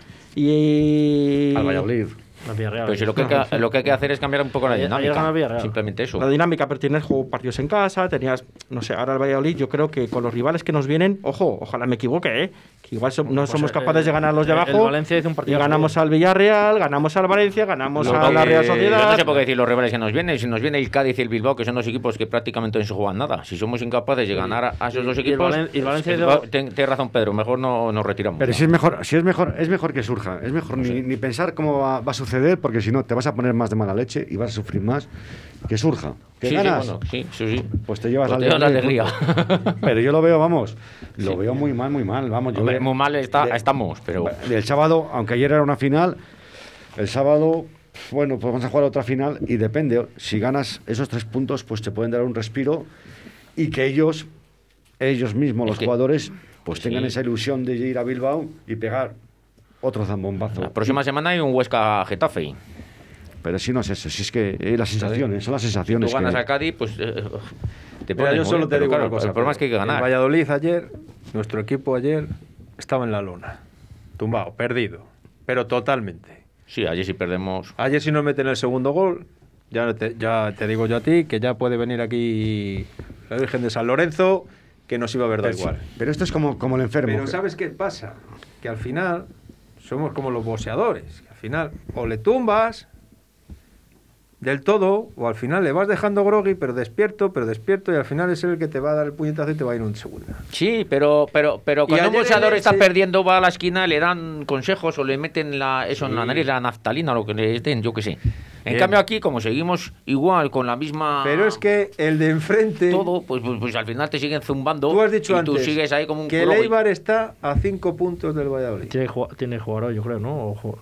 y Al Valladolid. No, Villarreal. Pero si lo que, hay (laughs) que- lo que hay que hacer es cambiar un poco la Ayer- ayer ganó el dinámica. Villarreal. Simplemente eso. la dinámica, pero tenías juego- partidos en casa, tenías, no sé, ahora el Valladolid, yo creo que con los rivales que nos vienen, ojo, ojalá me equivoque, ¿eh? que igual so- no Pues somos el- capaces de ganar a los de el- el abajo, Valencia hizo un y partidazo. ganamos al Villarreal, ganamos al Valencia, ganamos Lo a la que- Real Yo no Sociedad. sé por qué decir los rivales que nos vienen. Si nos viene el Cádiz y el Bilbao, que son dos equipos que prácticamente no se juegan nada. Si somos incapaces de ganar a- a esos y- dos y el equipos. Valen- y el Valencia es- hizo- ten- Tienes razón, Pedro. Mejor no nos retiramos. Pero Ya. si es mejor, si es mejor, es mejor que surja. Es mejor ni, ni pensar cómo va, va a suceder porque si no te vas a poner más de mala leche y vas a sufrir más. Que surja. Que Sí, sí, ganas. bueno, sí, sí, sí. Pues te llevas Pues te llevas la alegría. Pero yo lo veo, vamos, lo veo muy mal, muy mal. Vamos, yo (laughs) Hombre, veo- muy mal está, estamos, pero... el sábado, aunque ayer era una final, el sábado, bueno, pues vamos a jugar otra final y depende. Si ganas esos tres puntos, pues te pueden dar un respiro y que ellos, ellos mismos, los jugadores, pues tengan esa ilusión de ir a Bilbao y pegar otro zambombazo. La próxima semana hay un Huesca-Getafe. Pero si no es eso, si es que eh, las sensaciones, son las sensaciones. Tú ganas que- a Cádiz, pues... eh, te Mira, pones yo muy solo bien, te pero digo claro, una cosa. El problema es que hay que El ganar. Valladolid ayer, nuestro equipo ayer, estaba en la lona. Tumbado, perdido. Pero totalmente. Sí, ayer si perdemos... Ayer si no meten el segundo gol, ya no te, ya te digo yo a ti que ya puede venir aquí la Virgen de San Lorenzo, que nos iba a ver da Pero, igual. pero esto es como, como el enfermo. Pero ¿sabes qué pasa? Que al final somos como los boxeadores. que al final o le tumbas del todo o al final le vas dejando groggy, pero despierto, pero despierto y al final es el que te va a dar el puñetazo y te va a ir un segundo. Sí, pero, pero, pero Y cuando un ayer boxeador el está Elche- perdiendo, va a la esquina, le dan consejos o le meten la, eso en la nariz, la naftalina o lo que le den, yo qué sé. En Bien. cambio aquí, como seguimos igual, con la misma... Pero es que el de enfrente... Todo, pues, pues, pues al final te siguen zumbando Tú has dicho y antes tú sigues ahí como un que el crogo. Eibar está a cinco puntos del Valladolid. Tiene, que jugar- tiene que jugar hoy, yo creo, ¿no? O ju-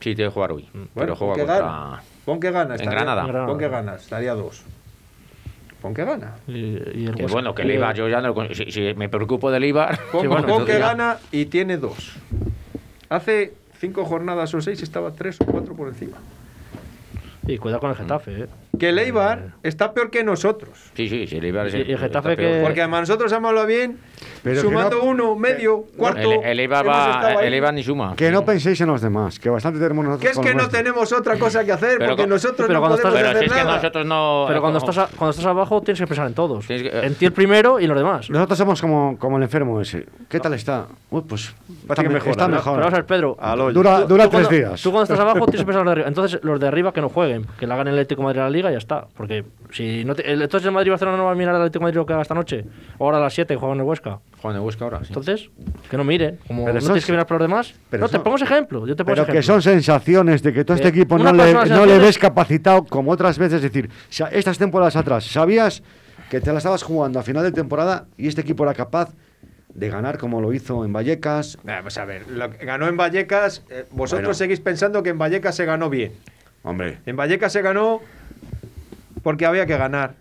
Sí, tiene que jugar hoy, pero juega pon que contra... gana. Pon que gana. en estaría- Granada. Pon que gana. Estaría dos. Pon que gana. Y, y el Que Huesca- bueno, que y el el- Eibar, yo ya no... lo- Si, si me preocupo del Eibar... (laughs) Pon, bueno, pon que entonces ya- gana y tiene dos. Hace cinco jornadas o seis estaba tres o cuatro por encima. Y cuidado con el Mm. Getafe, ¿eh? Que el Eibar está peor que nosotros. Sí, sí, sí, el Eibar es Y- y el está Getafe peor. que- Porque además nosotros hemos hablado bien, Pero que sumando no- uno, medio, cuarto. El, el Eibar hemos va... estado ahí. El Eibar ni suma. Que no penséis en los demás, que bastante tenemos nosotros. Que es con lo que no nuestro. tenemos otra cosa que (laughs) hacer porque con- nosotros no cuando podemos estás- hacer pero si es que nada. nosotros no... eh, Pero cuando como- eh, estás, a- cuando estás abajo tienes que pensar en todos. En ti el primero y en los demás. Nosotros somos como, como el enfermo ese. ¿Qué tal está? Uy, pues está, me- está mejor. Pero- Pero vamos a ver, Pedro. Dura, dura tres cuando, días. Tú cuando estás (laughs) abajo tienes que pensar en los de arriba. Entonces, los de arriba que no jueguen, que la hagan el Atlético de Madrid a la liga y ya está. Porque si no te- el- entonces el Madrid Barcelona no va a mirar al Atlético de Madrid lo que haga esta noche. Ahora a las 7 juegan en el Huesca. Juegan en el Huesca ahora. Entonces, que no mire. Como Pero no eso tienes es- que mirar por los demás. pero no, te eso- pongo ese ejemplo. Yo te pongo Pero ese que ejemplo. son sensaciones de que todo este Eh, equipo una no le, no persona le sensaciones- ves capacitado como otras veces. Es decir, o sea, estas temporadas atrás, ¿sabías que te la estabas jugando a final de temporada y este equipo era capaz de ganar como lo hizo en Vallecas? Nah, pues a ver, lo que ganó en Vallecas. eh, vosotros Bueno. seguís pensando que en Vallecas se ganó bien. Hombre, En Vallecas se ganó porque había que ganar.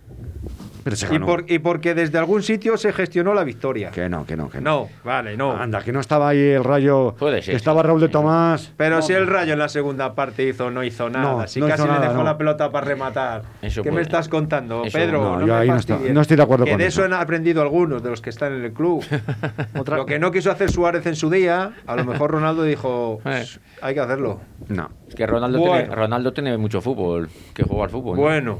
pero se Y, ganó. por- y porque desde algún sitio se gestionó la victoria. Que no, que no, que no. No, vale, no. Anda, que no estaba ahí el rayo. Puede ser. Que estaba Raúl de Tomás. Pero si el Rayo en la segunda parte hizo no hizo nada, No, si no hizo casi le nada, dejó no. la pelota para rematar. Eso ¿Qué puede. me estás contando, Eso- Pedro? No, No, yo me ahí no está- fastidies. no estoy de acuerdo que con de eso. eso. han aprendido algunos de los que están en el club. Lo que no quiso hacer Suárez en su día, a lo mejor (laughs) Ronaldo dijo, Eh. "Shh, hay que hacerlo. No. Es que Ronaldo, Bueno. tiene, Ronaldo tiene mucho fútbol, que juega al fútbol. ¿no? Bueno,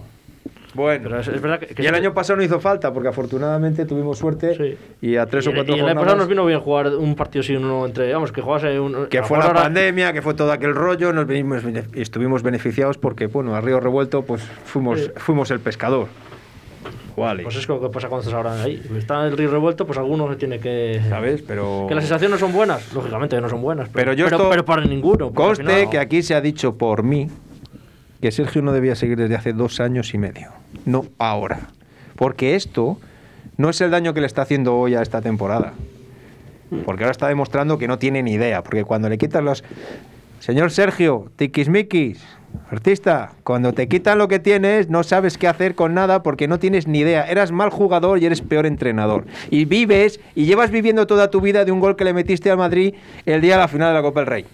bueno. es, verdad que, y el año pasado no hizo falta, porque afortunadamente tuvimos suerte y a tres Y- o cuatro y el año pasado jornadas... nos vino bien jugar un partido sin uno entre. Vamos, que jugase un. que a fue jugar la ahora- pandemia, que fue todo aquel rollo, nos vinimos, estuvimos beneficiados porque, bueno, a Río Revuelto, pues fuimos, Sí. fuimos el pescador. Pues es lo que pasa cuando estás ahora ahí. Está el río revuelto, pues algunos se tiene que. ¿Sabes? Pero. Que las sensaciones no son buenas. Lógicamente que no son buenas. Pero, Pero yo pero, esto- pero para ninguno. porque al Conste final- que aquí se ha dicho por mí que Sergio no debía seguir desde hace dos años y medio, no ahora. Porque esto no es el daño que le está haciendo hoy a esta temporada. Porque ahora está demostrando que no tiene ni idea. Porque cuando le quitan los. Señor Sergio, tiquismiquis, artista, cuando te quitan lo que tienes, no sabes qué hacer con nada porque no tienes ni idea. Eras mal jugador y eres peor entrenador. Y vives y llevas viviendo toda tu vida de un gol que le metiste al Madrid el día de la final de la Copa del Rey.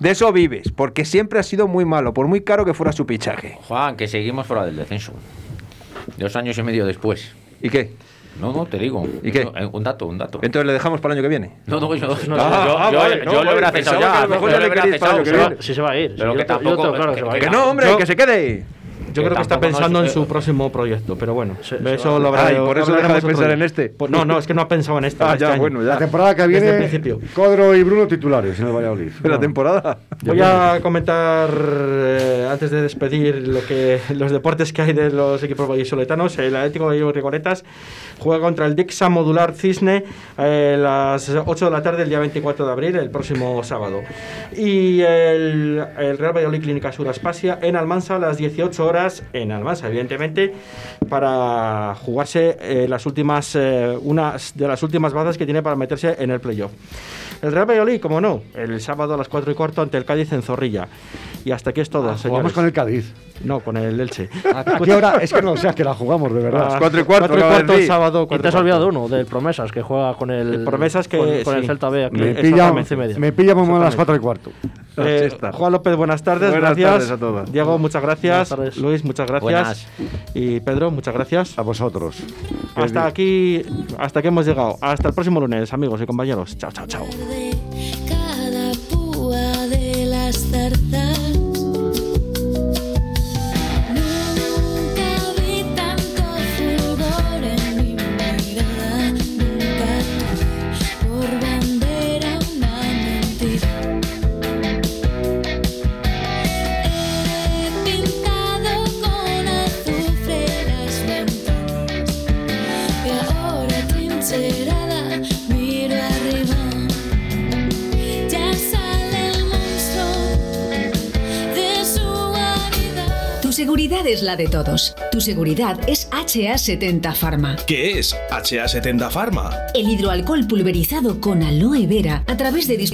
De eso vives, porque siempre ha sido muy malo, por muy caro que fuera su pichaje. Juan, que seguimos fuera del descenso. Dos años y medio después. ¿Y qué? No, no, te digo. ¿Y qué? Eh, Un dato, un dato. Entonces le dejamos para el año que viene. No, no, yo, no, yo- no, yo- ah, yo- vale, yo no, lo vale, hubiera pensaba cesado que a ya. lo mejor yo ya le lo hubiera queréis para cesado, lo que se va- viene. Sí, se va a ir. Pero Yo que te- yo tampoco. te- claro, se va a ir. Que no, hombre, que se quede. Yo creo que está tampoco no pensando en es- su próximo proyecto, pero bueno, se eso va- lo habrá Ah, y por eso deja de hablaremos otro pensar día. en este. Pues no, no, es que no ha pensado en este. Ah, en este ya, año. bueno, ya. La temporada que viene, Desde el principio. Codro y Bruno titulares en el Valladolid. la temporada? Voy a comentar, eh, antes de despedir, lo que, los deportes que hay de los equipos vallisoletanos. El Atlético de Rigoletas juega contra el Dixa Modular Cisne eh, a las 8 de la tarde, el día 24 de abril, el próximo sábado. Y el, el Real Valladolid Clínica Sur Aspasia en Almansa a las 18 horas, en Almansa, evidentemente, para jugarse eh, las últimas, eh, unas de las últimas bazas que tiene para meterse en el playoff. El Real Valladolid, como no, el sábado a las 4 y cuarto ante el Cádiz en Zorrilla. Y hasta aquí es todo, Ah, Jugamos señores. con el Cádiz. No, con el (laughs) Elche. eh, ¿A qué hora? Es que no, o sea, es que la jugamos, de verdad. Ah, cuatro y cuarto, cuatro y acaba de cuarto, decir. sábado, Y te cuatro has y olvidado uno, del Promesas, que juega con el. El Promesas que- Con, con el sí. Celta B aquí. Me Exactamente, pilla, once y media. me pilla como a las 4 y cuarto. Eh, Juan López, buenas tardes. Buenas gracias. tardes a todos. Diego, muchas gracias. Luis, muchas gracias. Buenas. Y Pedro, muchas gracias. A vosotros. Hasta aquí, hasta aquí hemos llegado. Hasta el próximo lunes, amigos y compañeros. Chao, chao, chao. cada púa de las tartas. Nunca vi tanto fulgor en mi mirada, nunca tuve por bandera una mentira. He pintado con azufre las ventanas y ahora trincherada miro arriba. Ya sale el monstruo de su guarida. Tu seguridad es la de todos. Tu seguridad es HA70 Pharma. ¿Qué es HA70 Pharma? El hidroalcohol pulverizado con aloe vera a través de